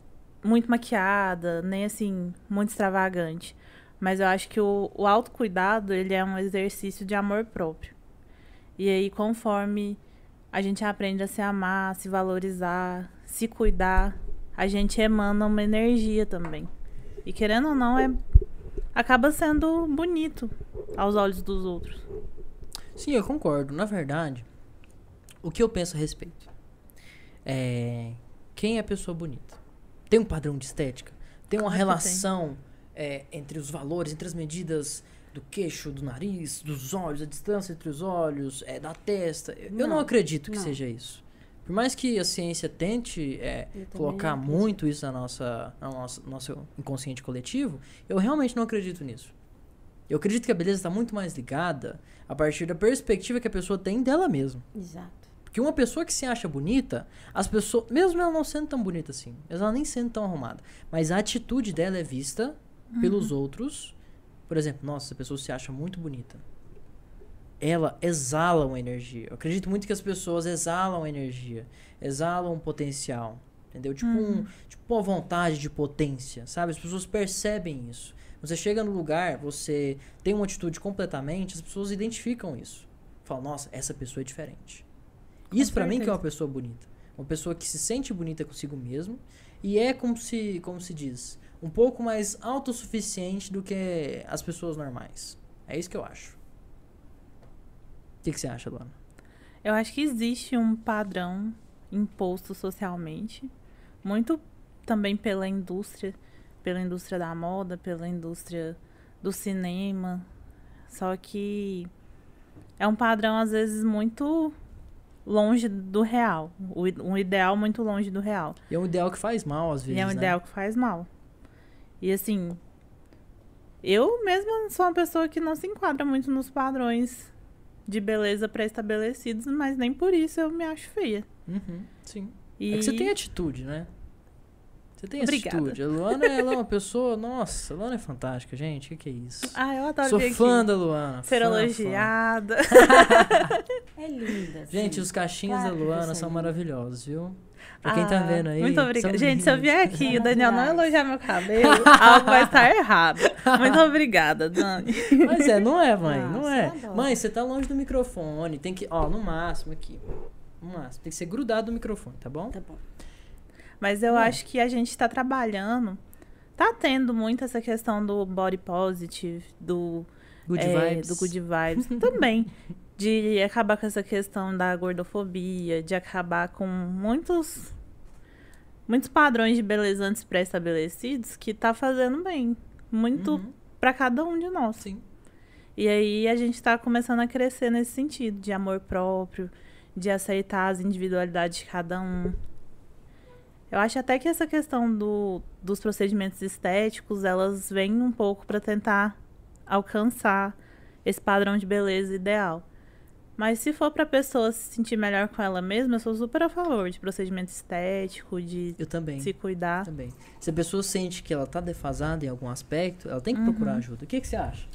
[SPEAKER 3] muito maquiada, nem assim, muito extravagante. Mas eu acho que o, o autocuidado, ele é um exercício de amor próprio. E aí, conforme a gente aprende a se amar, se valorizar, se cuidar, a gente emana uma energia também. E querendo ou não, é acaba sendo bonito aos olhos dos outros.
[SPEAKER 1] Sim, eu concordo. Na verdade, o que eu penso a respeito é quem é a pessoa bonita? Tem um padrão de estética? Tem uma
[SPEAKER 3] Claro que
[SPEAKER 1] relação é, entre os valores, entre as medidas do queixo, do nariz, dos olhos, a distância entre os olhos, é, da testa? Eu eu não,
[SPEAKER 5] Não,
[SPEAKER 1] acredito que
[SPEAKER 5] não.
[SPEAKER 1] seja isso. Por mais que a ciência tente é,
[SPEAKER 5] Eu também
[SPEAKER 1] colocar
[SPEAKER 5] acredito.
[SPEAKER 1] muito isso na nossa, na nossa, nosso inconsciente coletivo, eu realmente não acredito nisso. Eu acredito que a beleza está muito mais ligada a partir da perspectiva que a pessoa tem dela mesma.
[SPEAKER 5] Exato.
[SPEAKER 1] Porque uma pessoa que se acha bonita, as pessoas, mesmo ela não sendo tão bonita assim, mesmo ela nem sendo tão arrumada, mas a atitude dela é vista
[SPEAKER 5] Uhum.
[SPEAKER 1] pelos outros. Por exemplo, nossa, essa pessoa se acha muito bonita. Ela exala uma energia. Eu acredito muito que as pessoas exalam energia, exalam um potencial, entendeu? Tipo,
[SPEAKER 3] Uhum.
[SPEAKER 1] um, tipo uma vontade de potência, sabe? As pessoas percebem isso. Você chega no lugar, você tem uma atitude completamente, as pessoas identificam isso. Falam, nossa, essa pessoa é diferente. Isso pra mim que é
[SPEAKER 3] certeza.
[SPEAKER 1] uma pessoa bonita. Uma pessoa que se sente bonita consigo mesmo e é como se, como se diz, um pouco mais autossuficiente do que as pessoas normais. É isso que eu acho. O que, que você acha, Luana?
[SPEAKER 3] Eu acho que existe um padrão imposto socialmente, muito também pela indústria, pela indústria da moda, pela indústria do cinema. Só que é um padrão às vezes muito longe do real, o i- um ideal muito longe do real.
[SPEAKER 1] E é um ideal que faz mal às vezes.
[SPEAKER 3] E é um
[SPEAKER 1] né?
[SPEAKER 3] ideal que faz mal. E assim, eu mesma sou uma pessoa que não se enquadra muito nos padrões de beleza pré-estabelecidos, mas nem por isso eu me acho feia.
[SPEAKER 1] Uhum, sim.
[SPEAKER 3] E
[SPEAKER 1] É que você tem atitude, né? Você tem
[SPEAKER 3] Obrigada.
[SPEAKER 1] atitude. A Luana ela é uma pessoa. Nossa, a Luana é fantástica, gente. O que, que é isso?
[SPEAKER 3] Ah, eu adoro
[SPEAKER 1] Sou
[SPEAKER 3] vir
[SPEAKER 1] fã
[SPEAKER 3] aqui.
[SPEAKER 1] da Luana.
[SPEAKER 3] Ser
[SPEAKER 1] fã, fã.
[SPEAKER 3] elogiada.
[SPEAKER 5] É linda. assim.
[SPEAKER 1] Gente, os caixinhos
[SPEAKER 5] Claro
[SPEAKER 1] da
[SPEAKER 5] que
[SPEAKER 1] Luana
[SPEAKER 5] você é
[SPEAKER 1] são
[SPEAKER 5] linda.
[SPEAKER 1] maravilhosos, viu? Pra quem tá
[SPEAKER 3] Ah,
[SPEAKER 1] vendo aí.
[SPEAKER 3] Muito obrigada.
[SPEAKER 1] são
[SPEAKER 3] Gente, se eu
[SPEAKER 1] lindos.
[SPEAKER 3] vier aqui e o
[SPEAKER 5] São
[SPEAKER 3] Daniel não
[SPEAKER 5] naturais.
[SPEAKER 3] elogiar meu cabelo, algo vai estar errado. Muito
[SPEAKER 1] *laughs*
[SPEAKER 3] obrigada, Dani.
[SPEAKER 1] *laughs* Mas é, não é, mãe, não
[SPEAKER 5] Nossa,
[SPEAKER 1] é.
[SPEAKER 5] eu adoro.
[SPEAKER 1] Mãe, você tá longe do microfone, tem que, ó, no máximo aqui. No máximo, tem que ser grudado no microfone, tá bom?
[SPEAKER 5] Tá bom.
[SPEAKER 3] Mas eu
[SPEAKER 1] É.
[SPEAKER 3] acho que a gente tá trabalhando, tá tendo muito essa questão do body positive, do
[SPEAKER 1] Good
[SPEAKER 3] é,
[SPEAKER 1] vibes.
[SPEAKER 3] do good vibes *laughs* também. De acabar com essa questão da gordofobia, de acabar com muitos muitos padrões de beleza antes pré-estabelecidos que tá fazendo bem. Muito
[SPEAKER 1] Uhum,
[SPEAKER 3] pra cada um de nós.
[SPEAKER 1] Sim.
[SPEAKER 3] E aí a gente tá começando a crescer nesse sentido, de amor próprio, de aceitar as individualidades de cada um. Eu acho até que essa questão do, dos procedimentos estéticos, elas vêm um pouco pra tentar alcançar esse padrão de beleza ideal. Mas se for pra pessoa se sentir melhor com ela mesma, eu sou super a favor de procedimento estético, de
[SPEAKER 1] Eu também.
[SPEAKER 3] se tá. cuidar.
[SPEAKER 1] Também. Se a pessoa sente que ela tá defasada em algum aspecto, ela tem que
[SPEAKER 3] Uhum.
[SPEAKER 1] procurar ajuda. O que, que você acha?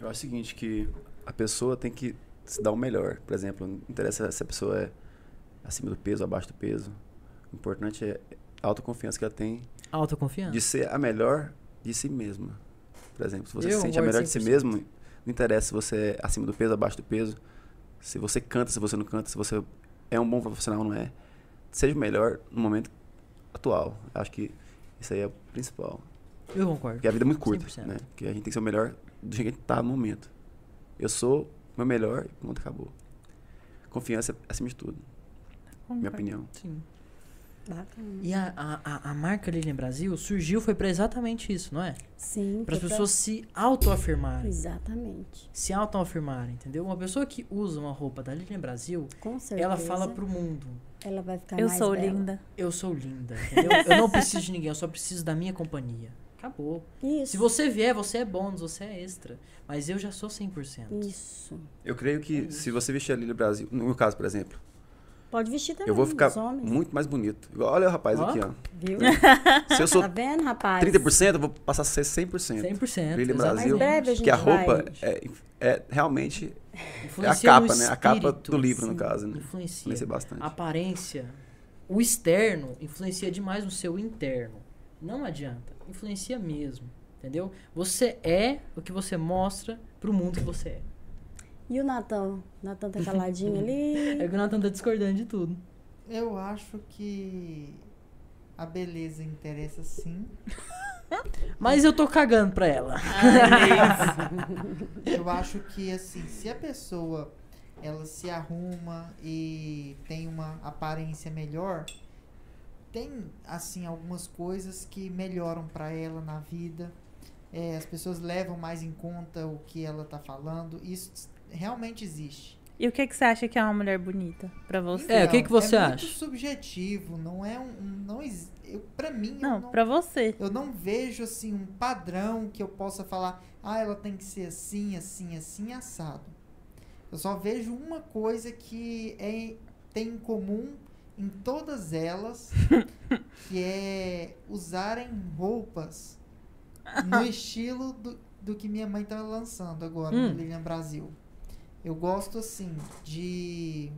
[SPEAKER 4] Eu acho o seguinte, que a pessoa tem que se dar o melhor. Por exemplo, não interessa se a pessoa é acima do peso, abaixo do peso. O importante é a autoconfiança que ela tem
[SPEAKER 1] Autoconfiança?
[SPEAKER 4] de ser a melhor de si mesma. Por exemplo, se você
[SPEAKER 1] Eu
[SPEAKER 4] se sente a
[SPEAKER 1] concordo
[SPEAKER 4] melhor de si
[SPEAKER 1] 100%.
[SPEAKER 4] mesmo, não interessa se você é acima do peso, abaixo do peso, se você canta, se você não canta, se você é um bom profissional ou não é. Seja o melhor no momento atual. Acho que isso aí é o principal.
[SPEAKER 1] Eu concordo.
[SPEAKER 4] Porque a vida é muito curta,
[SPEAKER 1] 100%.
[SPEAKER 4] né? Porque a gente tem que ser o melhor do jeito que a gente tá no momento. Eu sou o meu melhor e pronto, acabou. Confiança é acima de tudo, minha opinião.
[SPEAKER 1] Sim.
[SPEAKER 5] Bacana.
[SPEAKER 1] E a, a, a- a marca Lilian Brasil surgiu foi pra exatamente isso, não é?
[SPEAKER 5] Sim.
[SPEAKER 1] Para as
[SPEAKER 5] que pra-
[SPEAKER 1] pessoas se autoafirmarem.
[SPEAKER 5] Exatamente.
[SPEAKER 1] Se autoafirmarem, entendeu? Uma pessoa que usa uma roupa da Lilian Brasil,
[SPEAKER 5] Com certeza.
[SPEAKER 1] ela fala pro mundo:
[SPEAKER 5] Ela vai ficar
[SPEAKER 3] Eu
[SPEAKER 5] mais
[SPEAKER 3] sou
[SPEAKER 5] bela.
[SPEAKER 3] linda.
[SPEAKER 1] eu sou linda, entendeu? eu não preciso de ninguém, eu só preciso da minha companhia. Acabou.
[SPEAKER 5] Isso.
[SPEAKER 1] Se você vier, você é bônus, você é extra. Mas eu já sou 100%.
[SPEAKER 5] Isso.
[SPEAKER 4] Eu creio que se você vestir a Lili Brasil, no meu caso, por exemplo,
[SPEAKER 5] Pode vestir também.
[SPEAKER 4] eu vou ficar
[SPEAKER 5] Tá os homens.
[SPEAKER 4] muito mais bonito. Igual- Olha o rapaz
[SPEAKER 1] Ó.
[SPEAKER 4] aqui,
[SPEAKER 5] *laughs*
[SPEAKER 4] ó.
[SPEAKER 5] Viu?
[SPEAKER 4] Se eu sou
[SPEAKER 5] Tá vendo, rapaz?
[SPEAKER 4] 30%, eu vou passar a ser 100%.
[SPEAKER 1] 100%.
[SPEAKER 4] Lilian
[SPEAKER 1] exatamente.
[SPEAKER 4] Brasil,
[SPEAKER 5] Mas breve a gente
[SPEAKER 4] Porque a roupa
[SPEAKER 5] vai.
[SPEAKER 4] é, é realmente é a
[SPEAKER 1] Influencia no
[SPEAKER 4] capa, né? A capa
[SPEAKER 1] espírito.
[SPEAKER 4] do livro, no caso, né?
[SPEAKER 1] Influencia.
[SPEAKER 4] Influencia bastante.
[SPEAKER 1] A aparência, o externo influencia demais no seu interno. Não adianta, influencia mesmo, entendeu? Você é o que você mostra pro mundo que você é.
[SPEAKER 5] E o Natan? O Natan tá caladinho ali.
[SPEAKER 1] É que o Nathan tá discordando de tudo.
[SPEAKER 2] Eu acho que a beleza interessa sim.
[SPEAKER 1] Mas eu tô cagando pra ela.
[SPEAKER 2] Eu acho que assim, se a pessoa ela se arruma e tem uma aparência melhor, tem assim algumas coisas que melhoram pra ela na vida. É, as pessoas levam mais em conta o que ela tá falando. Isso realmente existe.
[SPEAKER 3] E o que, que você acha que é uma mulher bonita pra você?
[SPEAKER 1] É, o que que você
[SPEAKER 2] é
[SPEAKER 1] acha?
[SPEAKER 2] Muito subjetivo, não é um, um- não ex- eu para mim eu
[SPEAKER 3] Não,
[SPEAKER 2] não-
[SPEAKER 3] pra você.
[SPEAKER 2] eu não vejo assim um padrão que eu possa falar, ah, ela tem que ser assim, assim, assim, assado. Eu só vejo uma coisa que é, tem em comum em todas elas, que é usarem roupas no estilo do, do que minha mãe tá lançando agora
[SPEAKER 1] Hum.
[SPEAKER 2] no Lilian Brasil. Eu gosto assim de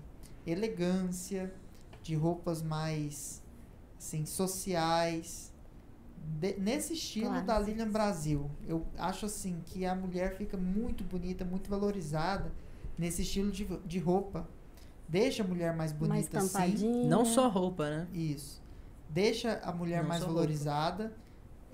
[SPEAKER 2] elegância, de roupas mais assim, sociais. De- nesse estilo da
[SPEAKER 5] Clássicas.
[SPEAKER 2] Lilian Brasil. Eu acho assim que a mulher fica muito bonita, muito valorizada nesse estilo de, de roupa. Deixa a mulher mais
[SPEAKER 5] mais
[SPEAKER 2] bonita assim.
[SPEAKER 5] tampadinho.
[SPEAKER 1] Não só roupa, né?
[SPEAKER 2] Isso. Deixa a mulher
[SPEAKER 1] Não
[SPEAKER 2] mais
[SPEAKER 1] só roupa.
[SPEAKER 2] valorizada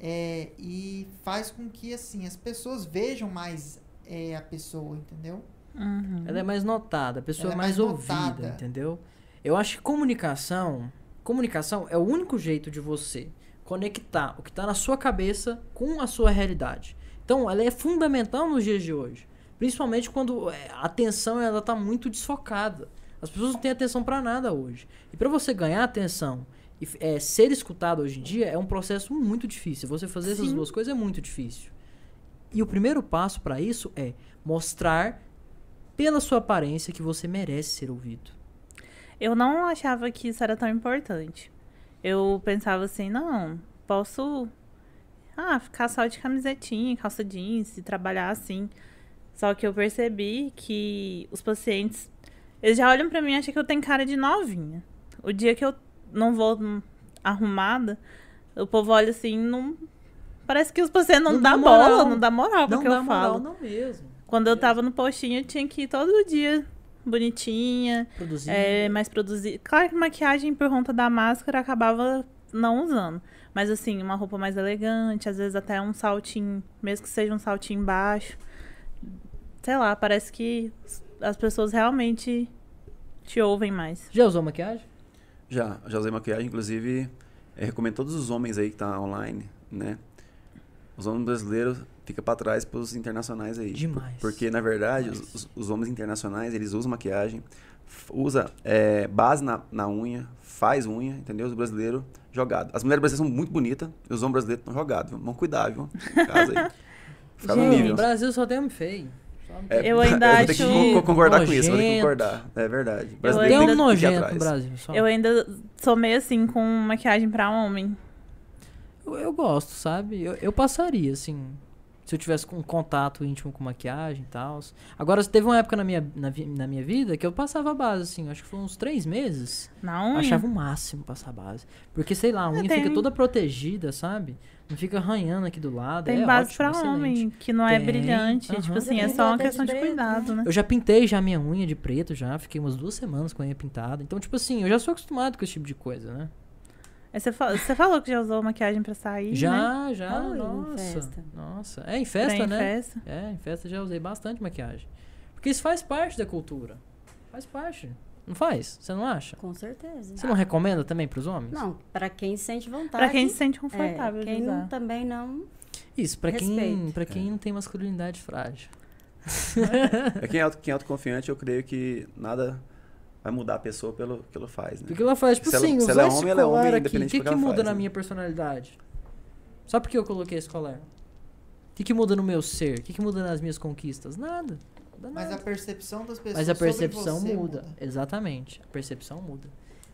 [SPEAKER 2] é, e faz com que assim as pessoas vejam mais é, a pessoa, entendeu?
[SPEAKER 3] Uhum.
[SPEAKER 1] Ela é mais notada, a pessoa
[SPEAKER 2] Ela
[SPEAKER 1] é
[SPEAKER 2] é
[SPEAKER 1] mais,
[SPEAKER 2] mais
[SPEAKER 1] ouvida,
[SPEAKER 2] notada.
[SPEAKER 1] entendeu? Eu acho que comunicação, comunicação é o único jeito de você conectar o que está na sua cabeça com a sua realidade. Então, ela é fundamental nos dias de hoje, principalmente quando é, a atenção ela tá muito desfocada. As pessoas não têm atenção para nada hoje. E para você ganhar atenção e f- é, ser escutado hoje em dia é um processo muito difícil. Você fazer essas
[SPEAKER 3] Sim.
[SPEAKER 1] duas coisas é muito difícil. E o primeiro passo para isso é mostrar pela sua aparência que você merece ser ouvido.
[SPEAKER 3] Eu não achava que isso era tão importante. Eu pensava assim, não, posso ah, ficar só de camisetinha, calça jeans e trabalhar assim. Só que eu percebi que os pacientes, eles já olham pra mim e acham que eu tenho cara de novinha. O dia que eu não vou hum, arrumada, o povo olha assim, não parece que os pacientes não,
[SPEAKER 1] Não
[SPEAKER 3] dá
[SPEAKER 1] dá moral.
[SPEAKER 3] bola, não dá moral pro
[SPEAKER 1] não
[SPEAKER 3] É que
[SPEAKER 1] dá
[SPEAKER 3] eu
[SPEAKER 1] moral,
[SPEAKER 3] falo.
[SPEAKER 1] não mesmo.
[SPEAKER 3] Quando eu tava no postinho, eu tinha que ir todo dia bonitinha,
[SPEAKER 1] Produzir.
[SPEAKER 3] é, mais produzir. Claro que maquiagem por conta da máscara eu acabava não usando. Mas assim, uma roupa mais elegante, às vezes até um saltinho, mesmo que seja um saltinho baixo. Sei lá, parece que as pessoas realmente te ouvem mais.
[SPEAKER 1] Já usou maquiagem?
[SPEAKER 4] Já, já usei maquiagem, inclusive Eu recomendo todos os homens aí que tá online, né? Os homens brasileiros fica para trás pros internacionais aí.
[SPEAKER 1] Demais.
[SPEAKER 4] Porque, na verdade, os, os- os homens internacionais, eles usam maquiagem, f- usa é, base na, na unha, faz unha, entendeu? Os brasileiros jogado. As mulheres brasileiras são muito bonitas e os homens brasileiros estão jogados, viu? Vamos cuidar, viu? Em Casa aí. Ficar no
[SPEAKER 1] Gente,
[SPEAKER 4] nível. É,
[SPEAKER 1] o Brasil só tem homem feio. Só
[SPEAKER 4] *laughs*
[SPEAKER 1] homem feio.
[SPEAKER 3] Eu ainda
[SPEAKER 4] vou ter que
[SPEAKER 3] acho-
[SPEAKER 4] con- con- concordar com isso, vou ter que
[SPEAKER 1] Nojento.
[SPEAKER 4] concordar. É verdade. O
[SPEAKER 3] Eu
[SPEAKER 4] brasileiro
[SPEAKER 1] Tem
[SPEAKER 3] ainda-
[SPEAKER 1] um
[SPEAKER 4] tem que- tem que ir
[SPEAKER 1] nojento no
[SPEAKER 4] atrás.
[SPEAKER 1] Brasil, só.
[SPEAKER 3] Eu
[SPEAKER 1] Eu,
[SPEAKER 3] ainda sou meio assim com maquiagem pra homem.
[SPEAKER 1] eu gosto, sabe? Eu, eu passaria, assim. Se eu tivesse um contato íntimo com maquiagem e tal. Agora, teve uma época na minha, na, vi- na minha vida que eu passava a base, assim. Acho que foi uns três meses.
[SPEAKER 3] Na unha.
[SPEAKER 1] Achava o máximo passar a base. Porque, sei lá, a unha
[SPEAKER 3] Hum. É, tem-
[SPEAKER 1] fica toda protegida, sabe? Não fica arranhando aqui do lado.
[SPEAKER 3] Tem
[SPEAKER 1] é
[SPEAKER 3] base
[SPEAKER 1] ótimo,
[SPEAKER 3] pra
[SPEAKER 1] excelente.
[SPEAKER 3] homem, que não é
[SPEAKER 1] Tem,
[SPEAKER 3] brilhante.
[SPEAKER 1] aham.
[SPEAKER 3] Tipo assim, é
[SPEAKER 5] Mas
[SPEAKER 3] só uma
[SPEAKER 5] brilhante
[SPEAKER 3] questão de
[SPEAKER 5] preto,
[SPEAKER 3] cuidado, né?
[SPEAKER 1] Eu já pintei já a minha unha de preto já, fiquei umas duas semanas com a unha pintada. Então, tipo assim, eu já sou acostumado com esse tipo de coisa, né?
[SPEAKER 3] Aí Você fa- você falou que já usou maquiagem pra sair, né?
[SPEAKER 1] já, já,
[SPEAKER 5] Halloween,
[SPEAKER 1] nossa.
[SPEAKER 5] festa.
[SPEAKER 1] Nossa. É em
[SPEAKER 3] Pra
[SPEAKER 1] festa,
[SPEAKER 3] ir em
[SPEAKER 1] né?
[SPEAKER 3] festa.
[SPEAKER 1] É, em festa já usei bastante maquiagem. Porque isso faz parte da cultura. Faz parte. Não faz? Você não acha?
[SPEAKER 5] Com certeza.
[SPEAKER 1] Você não é recomenda também pros homens?
[SPEAKER 5] Não, pra quem sente vontade.
[SPEAKER 3] Pra Tá quem tá- se sente
[SPEAKER 5] é,
[SPEAKER 3] confortável de
[SPEAKER 5] quem
[SPEAKER 3] usar.
[SPEAKER 5] não- também não.
[SPEAKER 1] Isso, pra quem,
[SPEAKER 5] Respeito.
[SPEAKER 1] pra quem não tem masculinidade frágil. *laughs*
[SPEAKER 4] É quem é, auto- quem é autoconfiante, eu creio que nada vai mudar a pessoa pelo que ela faz, né?
[SPEAKER 1] Porque ela faz, tipo
[SPEAKER 4] Se ela-
[SPEAKER 1] assim,
[SPEAKER 4] se ela é
[SPEAKER 1] usar esse
[SPEAKER 4] homem, ela é
[SPEAKER 1] colar
[SPEAKER 4] homem,
[SPEAKER 1] aqui. O
[SPEAKER 4] independente
[SPEAKER 1] que,
[SPEAKER 4] do
[SPEAKER 1] que
[SPEAKER 4] que ela
[SPEAKER 1] muda
[SPEAKER 4] faz,
[SPEAKER 1] na
[SPEAKER 4] né?
[SPEAKER 1] minha personalidade? Só porque eu coloquei esse colar. O que, que muda no meu ser? O que, que muda nas minhas conquistas? Nada. Muda
[SPEAKER 2] Mas a
[SPEAKER 1] nada.
[SPEAKER 2] percepção das pessoas.
[SPEAKER 1] Mas a
[SPEAKER 2] sobre
[SPEAKER 1] percepção
[SPEAKER 2] você
[SPEAKER 1] muda. Exatamente. A percepção muda.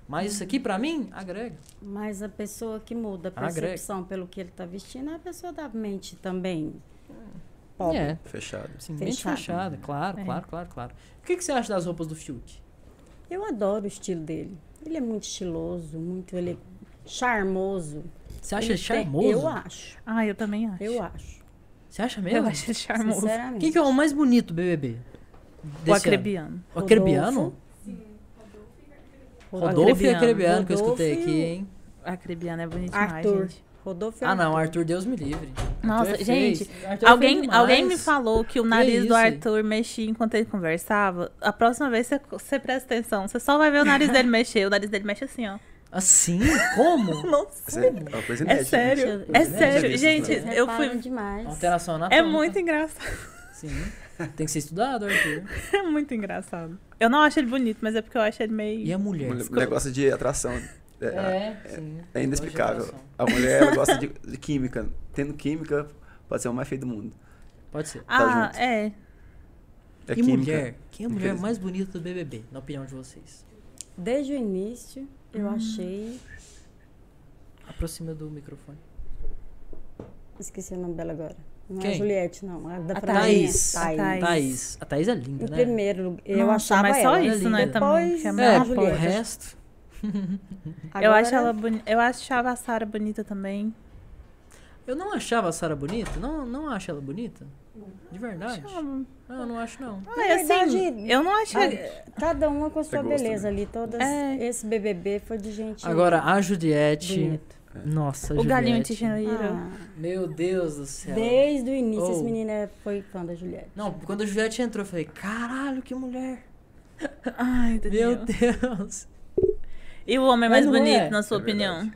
[SPEAKER 1] Mas isso aqui, pra mim, agrega.
[SPEAKER 5] Mas a pessoa que muda a
[SPEAKER 1] Ah, Greg.
[SPEAKER 5] percepção pelo que ele tá vestindo é a pessoa da mente também. Pobre.
[SPEAKER 1] É,
[SPEAKER 4] Fechado.
[SPEAKER 1] sim, mente
[SPEAKER 5] Fechado.
[SPEAKER 1] fechada. Claro,
[SPEAKER 3] É.
[SPEAKER 1] claro, claro, claro. O que, que você acha das roupas do Fiuk?
[SPEAKER 5] Eu adoro o estilo dele. Ele é muito estiloso, muito ele é charmoso.
[SPEAKER 1] Você acha
[SPEAKER 5] Ele tem-
[SPEAKER 1] charmoso?
[SPEAKER 5] Eu acho.
[SPEAKER 3] Ah, eu também acho.
[SPEAKER 5] Eu acho.
[SPEAKER 1] Você acha
[SPEAKER 3] Eu
[SPEAKER 1] mesmo?
[SPEAKER 3] acho ele charmoso.
[SPEAKER 5] Sinceramente.
[SPEAKER 1] Quem que é o mais bonito do BBB?
[SPEAKER 3] O
[SPEAKER 1] Desse ano?
[SPEAKER 3] acrebiano.
[SPEAKER 1] O acrebiano?
[SPEAKER 5] Rodolfo.
[SPEAKER 1] Rodolfo e
[SPEAKER 3] Acrebiano.
[SPEAKER 1] acrebiano que eu
[SPEAKER 5] Rodolfo
[SPEAKER 1] escutei
[SPEAKER 5] e
[SPEAKER 1] aqui,
[SPEAKER 5] o-
[SPEAKER 1] hein?
[SPEAKER 3] O acrebiano é bonito
[SPEAKER 5] Arthur.
[SPEAKER 3] demais, gente.
[SPEAKER 5] Rodolfo é um e
[SPEAKER 1] Ah, não, Arthur, Deus me livre.
[SPEAKER 3] Nossa,
[SPEAKER 1] Arthur é feio.
[SPEAKER 3] gente,
[SPEAKER 1] Arthur é feio
[SPEAKER 3] alguém,
[SPEAKER 1] demais.
[SPEAKER 3] alguém me falou que o nariz
[SPEAKER 1] isso,
[SPEAKER 3] do
[SPEAKER 1] hein?
[SPEAKER 3] Arthur mexia enquanto ele conversava. A próxima vez você, você presta atenção. Você só vai ver o nariz dele mexer. O nariz dele mexe assim, ó.
[SPEAKER 1] Assim?
[SPEAKER 3] *laughs*
[SPEAKER 1] Como?
[SPEAKER 3] Não
[SPEAKER 4] Essa é uma coisa
[SPEAKER 3] É
[SPEAKER 4] inédita, Né?
[SPEAKER 3] sério.
[SPEAKER 5] Eu
[SPEAKER 3] É
[SPEAKER 5] já vi
[SPEAKER 3] sério.
[SPEAKER 4] isso,
[SPEAKER 3] Gente,
[SPEAKER 5] Eles
[SPEAKER 3] eu
[SPEAKER 5] reparam
[SPEAKER 3] fui.
[SPEAKER 5] demais.
[SPEAKER 1] Alteração
[SPEAKER 3] É
[SPEAKER 1] anatômica.
[SPEAKER 3] muito engraçado. *laughs*
[SPEAKER 1] Sim. Tem que ser estudado, Arthur.
[SPEAKER 3] É muito engraçado. Eu não acho ele bonito, mas é porque eu acho ele
[SPEAKER 1] E
[SPEAKER 3] meio.
[SPEAKER 1] a mulher?
[SPEAKER 4] Mulher- Um negócio de atração. É,
[SPEAKER 1] sim.
[SPEAKER 4] é inexplicável.
[SPEAKER 1] Gosto de atração.
[SPEAKER 4] A mulher
[SPEAKER 1] *laughs*
[SPEAKER 4] ela gosta de, de química. Tendo química, pode ser o mais feio do mundo.
[SPEAKER 1] Pode ser.
[SPEAKER 3] Ah,
[SPEAKER 4] junto.
[SPEAKER 3] é.
[SPEAKER 4] É
[SPEAKER 1] e
[SPEAKER 4] química.
[SPEAKER 1] mulher? Quem é a mulher
[SPEAKER 4] Infelizmente.
[SPEAKER 1] mais bonita do BBB, na opinião de vocês?
[SPEAKER 5] Desde o início, eu achei.
[SPEAKER 1] Aproxima do microfone.
[SPEAKER 5] Esqueci o nome dela agora. Não é
[SPEAKER 1] Quem?
[SPEAKER 5] a Juliette, não. A da
[SPEAKER 3] A
[SPEAKER 5] Franinha.
[SPEAKER 1] Thaís.
[SPEAKER 3] A
[SPEAKER 5] Thaís.
[SPEAKER 1] Thaís. A Thaís é linda,
[SPEAKER 5] Em
[SPEAKER 1] né?
[SPEAKER 5] primeiro lugar, eu
[SPEAKER 3] Nossa,
[SPEAKER 5] achava
[SPEAKER 3] mas só
[SPEAKER 5] ela.
[SPEAKER 1] ela
[SPEAKER 3] isso, né?
[SPEAKER 1] linda.
[SPEAKER 3] Também.
[SPEAKER 5] Depois-
[SPEAKER 3] que
[SPEAKER 1] É,
[SPEAKER 3] mais
[SPEAKER 5] a
[SPEAKER 1] pô, o
[SPEAKER 5] Juliette.
[SPEAKER 1] resto.
[SPEAKER 3] Eu,
[SPEAKER 5] Agora,
[SPEAKER 3] acho ela boni... eu achava a Sarah bonita também.
[SPEAKER 1] Eu não achava a Sara bonita. Não, não acho ela bonita. De verdade.
[SPEAKER 3] Achava.
[SPEAKER 1] Não, eu não acho, não.
[SPEAKER 3] Ah,
[SPEAKER 5] Na
[SPEAKER 3] é assim,
[SPEAKER 5] verdade,
[SPEAKER 3] eu não acho.
[SPEAKER 5] Cada uma com a sua
[SPEAKER 4] É gosto,
[SPEAKER 5] beleza
[SPEAKER 4] né?
[SPEAKER 5] ali. Todas,
[SPEAKER 3] É.
[SPEAKER 5] Esse BBB foi de gente.
[SPEAKER 1] Agora, a Juliette.
[SPEAKER 5] bonita.
[SPEAKER 1] Nossa,
[SPEAKER 3] O galinho de
[SPEAKER 1] Juliette.
[SPEAKER 3] Janeiro.
[SPEAKER 5] Ah,
[SPEAKER 1] Meu Deus do céu.
[SPEAKER 5] desde o início,
[SPEAKER 1] Então. Oh.
[SPEAKER 5] esse menino é- foi fã da Juliette.
[SPEAKER 1] Não, quando a Juliette entrou, eu falei, caralho, que mulher.
[SPEAKER 3] *laughs* Ai, Deus.
[SPEAKER 1] Ah. Meu Deus.
[SPEAKER 3] E o homem
[SPEAKER 1] Mas
[SPEAKER 3] mais
[SPEAKER 1] não
[SPEAKER 3] bonito,
[SPEAKER 1] é.
[SPEAKER 3] na sua
[SPEAKER 4] É verdade.
[SPEAKER 3] opinião?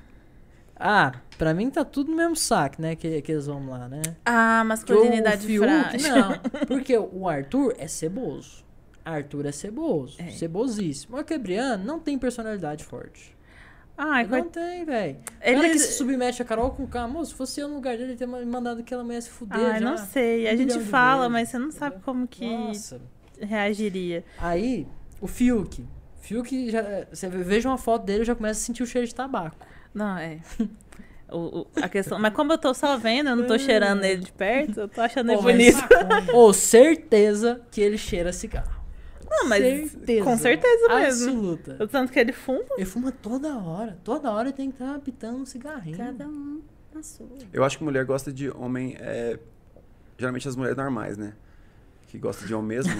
[SPEAKER 1] Ah, pra mim tá tudo no mesmo saco, né? Que, que eles vão lá, né?
[SPEAKER 3] Ah,
[SPEAKER 1] Que o
[SPEAKER 3] masculinidade
[SPEAKER 1] Fiuk-
[SPEAKER 3] frágil.
[SPEAKER 1] Não, porque o Arthur é ceboso. Arthur é ceboso. Cebosíssimo. O Quebriano não tem personalidade forte.
[SPEAKER 3] *laughs* Ai,
[SPEAKER 1] não
[SPEAKER 3] coitado.
[SPEAKER 1] tem, velho. Ele
[SPEAKER 3] Ele- é
[SPEAKER 1] que se submete a Carol com K. Moço, se fosse eu no lugar dele, ter mandado aquela mulher se fuder já.
[SPEAKER 3] Ai, não sei. A
[SPEAKER 1] Um
[SPEAKER 3] gente
[SPEAKER 1] milhão de
[SPEAKER 3] fala,
[SPEAKER 1] vezes,
[SPEAKER 3] mas você não sabe
[SPEAKER 1] entendeu?
[SPEAKER 3] como que
[SPEAKER 1] Nossa.
[SPEAKER 3] reagiria.
[SPEAKER 1] Aí, o Fiuk. Fiuk, já, você veja uma foto dele, eu já começo a sentir o cheiro de tabaco. *laughs*
[SPEAKER 3] Não, é. O- o- a questão, mas como eu tô só vendo, eu não tô cheirando ele de perto, eu tô achando ele
[SPEAKER 1] Pô, mas-
[SPEAKER 3] é bonito.
[SPEAKER 1] *laughs* Ou certeza que ele cheira cigarro.
[SPEAKER 3] Não, mas
[SPEAKER 1] certeza.
[SPEAKER 3] com certeza mesmo.
[SPEAKER 1] Absoluta.
[SPEAKER 3] O tanto que ele fuma.
[SPEAKER 1] Ele fuma toda hora. Toda hora tem que estar apitando um cigarrinho.
[SPEAKER 5] Cada um na sua.
[SPEAKER 4] Eu acho que mulher gosta de homem. é, geralmente as mulheres normais, né? Que gosta de
[SPEAKER 1] *laughs*
[SPEAKER 4] homem mesmo.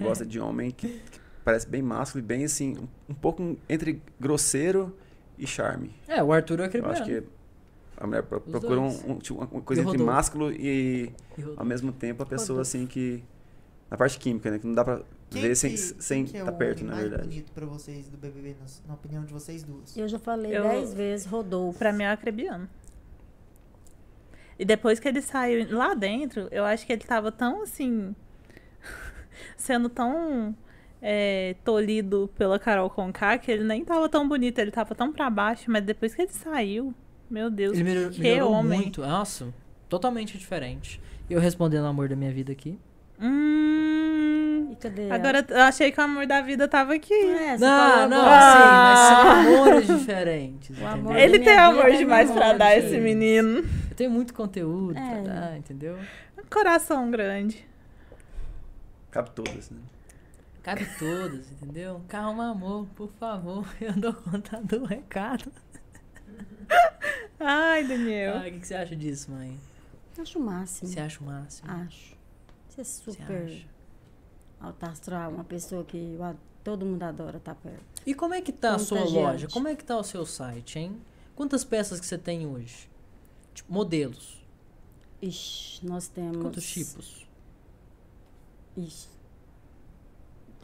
[SPEAKER 4] gosta de homem que, que parece bem másculo e bem assim. um- Um pouco entre grosseiro e charme.
[SPEAKER 1] É, o Arthur é
[SPEAKER 4] Eu
[SPEAKER 1] acrebiano.
[SPEAKER 4] acho que a mulher pro- procura
[SPEAKER 1] dois.
[SPEAKER 4] um, um- tipo, uma coisa
[SPEAKER 1] E o
[SPEAKER 4] entre
[SPEAKER 1] Rodolfo.
[SPEAKER 4] másculo e
[SPEAKER 1] E o-
[SPEAKER 4] ao mesmo tempo a pessoa
[SPEAKER 5] Rodolfo.
[SPEAKER 4] assim que. Na parte química, né? Que não dá pra
[SPEAKER 2] Quem
[SPEAKER 6] Ver sem-
[SPEAKER 2] que-
[SPEAKER 6] sem
[SPEAKER 2] quem que é
[SPEAKER 6] tá
[SPEAKER 2] o
[SPEAKER 6] perto,
[SPEAKER 2] homem
[SPEAKER 6] na
[SPEAKER 2] mais
[SPEAKER 6] verdade.
[SPEAKER 2] bonito pra vocês do BBB, na, na opinião de vocês duas?
[SPEAKER 5] Eu já falei
[SPEAKER 3] Eu-
[SPEAKER 5] dez vezes, Rodolfo.
[SPEAKER 3] Pra mim é o acrebiano. E depois que ele saiu lá dentro, eu acho que ele tava tão assim. *laughs* sendo tão é, tolhido pela Carol Conká que ele nem tava tão bonito, ele tava tão pra baixo, mas depois que ele saiu, meu Deus,
[SPEAKER 1] Ele melhor-
[SPEAKER 3] que
[SPEAKER 1] melhorou
[SPEAKER 3] homem.
[SPEAKER 1] muito. Nossa, totalmente diferente. E eu respondendo o amor da minha vida aqui.
[SPEAKER 3] Hum.
[SPEAKER 5] E cadê ela?
[SPEAKER 3] Agora eu achei que o amor da vida tava aqui.
[SPEAKER 5] É, você falou
[SPEAKER 1] Não, Ah. não,
[SPEAKER 5] agora.
[SPEAKER 1] sim, mas são amores diferentes.
[SPEAKER 5] O amor
[SPEAKER 1] entendeu?
[SPEAKER 3] Ele
[SPEAKER 5] minha
[SPEAKER 3] tem
[SPEAKER 5] vida
[SPEAKER 3] Ah! amor
[SPEAKER 5] é
[SPEAKER 3] demais pra
[SPEAKER 5] memória,
[SPEAKER 3] dar esse
[SPEAKER 1] gente.
[SPEAKER 3] menino.
[SPEAKER 1] Eu tenho muito conteúdo pra
[SPEAKER 5] É.
[SPEAKER 1] dar, entendeu?
[SPEAKER 3] Coração grande.
[SPEAKER 6] Cabe todas, né?
[SPEAKER 1] Cabe todas, entendeu? Calma, amor, por favor. *laughs* Eu dou conta do recado.
[SPEAKER 3] Ai, Daniel.
[SPEAKER 1] Ah, o que, que você acha disso, mãe?
[SPEAKER 5] Acho o máximo.
[SPEAKER 1] Você acha o máximo?
[SPEAKER 5] Acho. Você é
[SPEAKER 1] Você
[SPEAKER 5] Ah, super
[SPEAKER 1] acha?
[SPEAKER 5] alto astral, uma pessoa que eu ad- todo mundo adora estar perto.
[SPEAKER 1] E como é que tá a
[SPEAKER 5] Conta,
[SPEAKER 1] sua
[SPEAKER 5] gente.
[SPEAKER 1] loja? Como é que tá o seu site, hein? Quantas peças que você tem hoje? Tipo, modelos.
[SPEAKER 5] Ixi, nós temos.
[SPEAKER 1] Quantos tipos?
[SPEAKER 5] Ixi.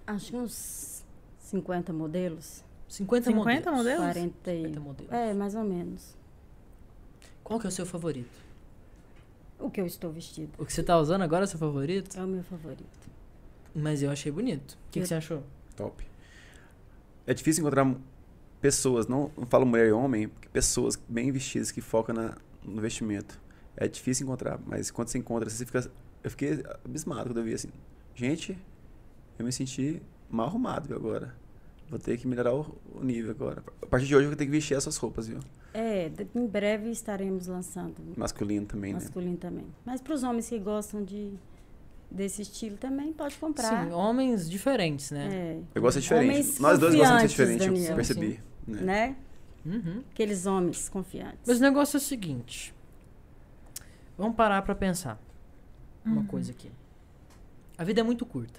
[SPEAKER 5] Acho que uns 50 modelos.
[SPEAKER 1] 50,
[SPEAKER 3] 50
[SPEAKER 1] modelos.
[SPEAKER 3] modelos?
[SPEAKER 5] 40 e...
[SPEAKER 1] 50 modelos.
[SPEAKER 5] É, mais ou menos.
[SPEAKER 1] Qual que é o seu favorito?
[SPEAKER 5] O que eu estou vestida
[SPEAKER 1] O que você tá usando agora é o seu favorito?
[SPEAKER 5] é o meu favorito.
[SPEAKER 1] Mas eu achei bonito. O que, que
[SPEAKER 5] Eu-
[SPEAKER 1] você achou?
[SPEAKER 6] Top. É difícil encontrar mu- pessoas, não, não falo mulher e homem, porque pessoas bem vestidas que focam na- no vestimento. É difícil encontrar, mas quando você encontra, você fica. Eu fiquei abismado quando eu vi assim. Gente, eu me senti mal arrumado viu, agora. Vou ter que melhorar o, o nível agora. A partir de hoje eu vou ter que vestir essas roupas, viu?
[SPEAKER 5] É, de- em breve estaremos lançando
[SPEAKER 6] Masculino também, né?
[SPEAKER 5] masculino também. Mas para os homens que gostam de desse estilo também pode comprar.
[SPEAKER 1] Sim, homens diferentes, né?
[SPEAKER 5] É,
[SPEAKER 6] Eu gosto de ser diferente.
[SPEAKER 5] Homens
[SPEAKER 6] Nós dois gostamos de ser
[SPEAKER 5] confiantes,
[SPEAKER 6] diferente, eu
[SPEAKER 5] Daniel.
[SPEAKER 6] percebi. né?
[SPEAKER 5] né?
[SPEAKER 1] Uhum.
[SPEAKER 5] Aqueles homens confiantes.
[SPEAKER 1] Mas o negócio é o seguinte. Vamos parar pra pensar uma coisa aqui. A vida é muito curta.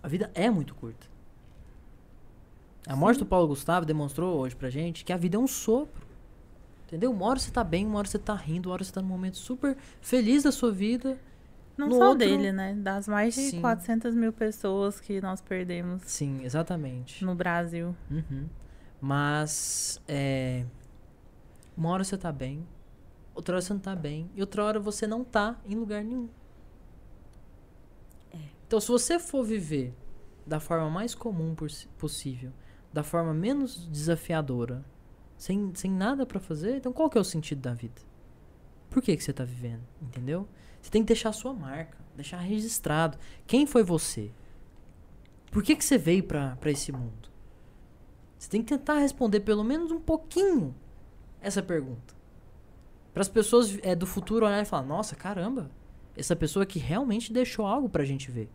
[SPEAKER 1] A vida é muito curta. A morte do Paulo Gustavo demonstrou hoje pra gente que a vida é um sopro. Entendeu? Uma hora você tá bem, uma hora você tá rindo, uma hora você tá num momento super feliz da sua vida.
[SPEAKER 3] Não
[SPEAKER 1] No
[SPEAKER 3] só
[SPEAKER 1] outro-
[SPEAKER 3] dele, né? Das mais de
[SPEAKER 1] Sim.
[SPEAKER 3] 400 mil pessoas que nós perdemos
[SPEAKER 1] Sim, exatamente.
[SPEAKER 3] no Brasil.
[SPEAKER 1] Uhum. Mas é, uma hora você tá bem, outra hora você não tá bem, e outra hora você não tá em lugar nenhum. Então se você for viver da forma mais comum possi- possível, da forma menos desafiadora, sem, sem nada pra fazer, então qual que é o sentido da vida? Por que, que você tá vivendo? Entendeu? Você tem que deixar a sua marca, deixar registrado. Quem foi você? Por que, que você veio pra pra esse mundo? Você tem que tentar responder pelo menos um pouquinho essa pergunta. Para as pessoas é, do futuro olharem e falar: nossa, caramba, essa pessoa que realmente deixou algo pra gente ver.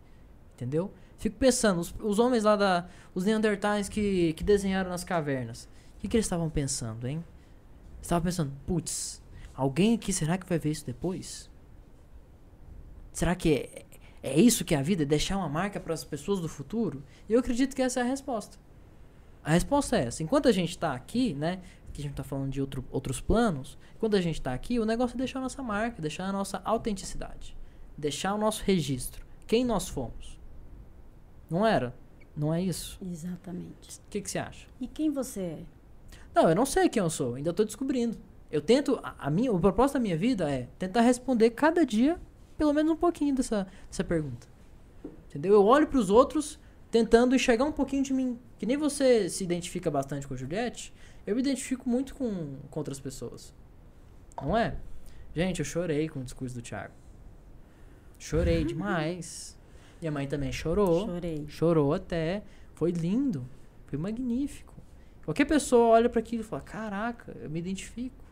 [SPEAKER 1] Entendeu? Fico pensando, os, os homens lá da. Os Neandertais que, que desenharam nas cavernas. O que, que eles estavam pensando, hein? Estavam pensando, putz, alguém aqui será que vai ver isso depois? Será que é, é isso que é a vida? É Deixar uma marca para as pessoas do futuro? E eu acredito que essa é a resposta. A resposta é essa. Enquanto a gente está aqui, né? Que a gente está falando de outro- outros planos. Enquanto a gente está aqui, o negócio é deixar a nossa marca, deixar a nossa autenticidade. Deixar o nosso registro. Quem nós fomos. Não era? Não é isso?
[SPEAKER 5] Exatamente.
[SPEAKER 1] O que, que você acha?
[SPEAKER 5] E quem você é?
[SPEAKER 1] Não, eu não sei quem eu sou. Ainda estou descobrindo. Eu tento... A, a minha, o propósito da minha vida é tentar responder cada dia pelo menos um pouquinho dessa, dessa pergunta. Entendeu? Eu olho para os outros tentando enxergar um pouquinho de mim. Que nem você se identifica bastante com a Juliette, eu me identifico muito com, com outras pessoas. Não é? Gente, eu chorei com o discurso do Thiago. Chorei demais. Minha mãe também chorou.
[SPEAKER 5] Chorei.
[SPEAKER 1] Chorou até. Foi lindo. Foi magnífico. Qualquer pessoa olha para aquilo e fala: Caraca, eu me identifico.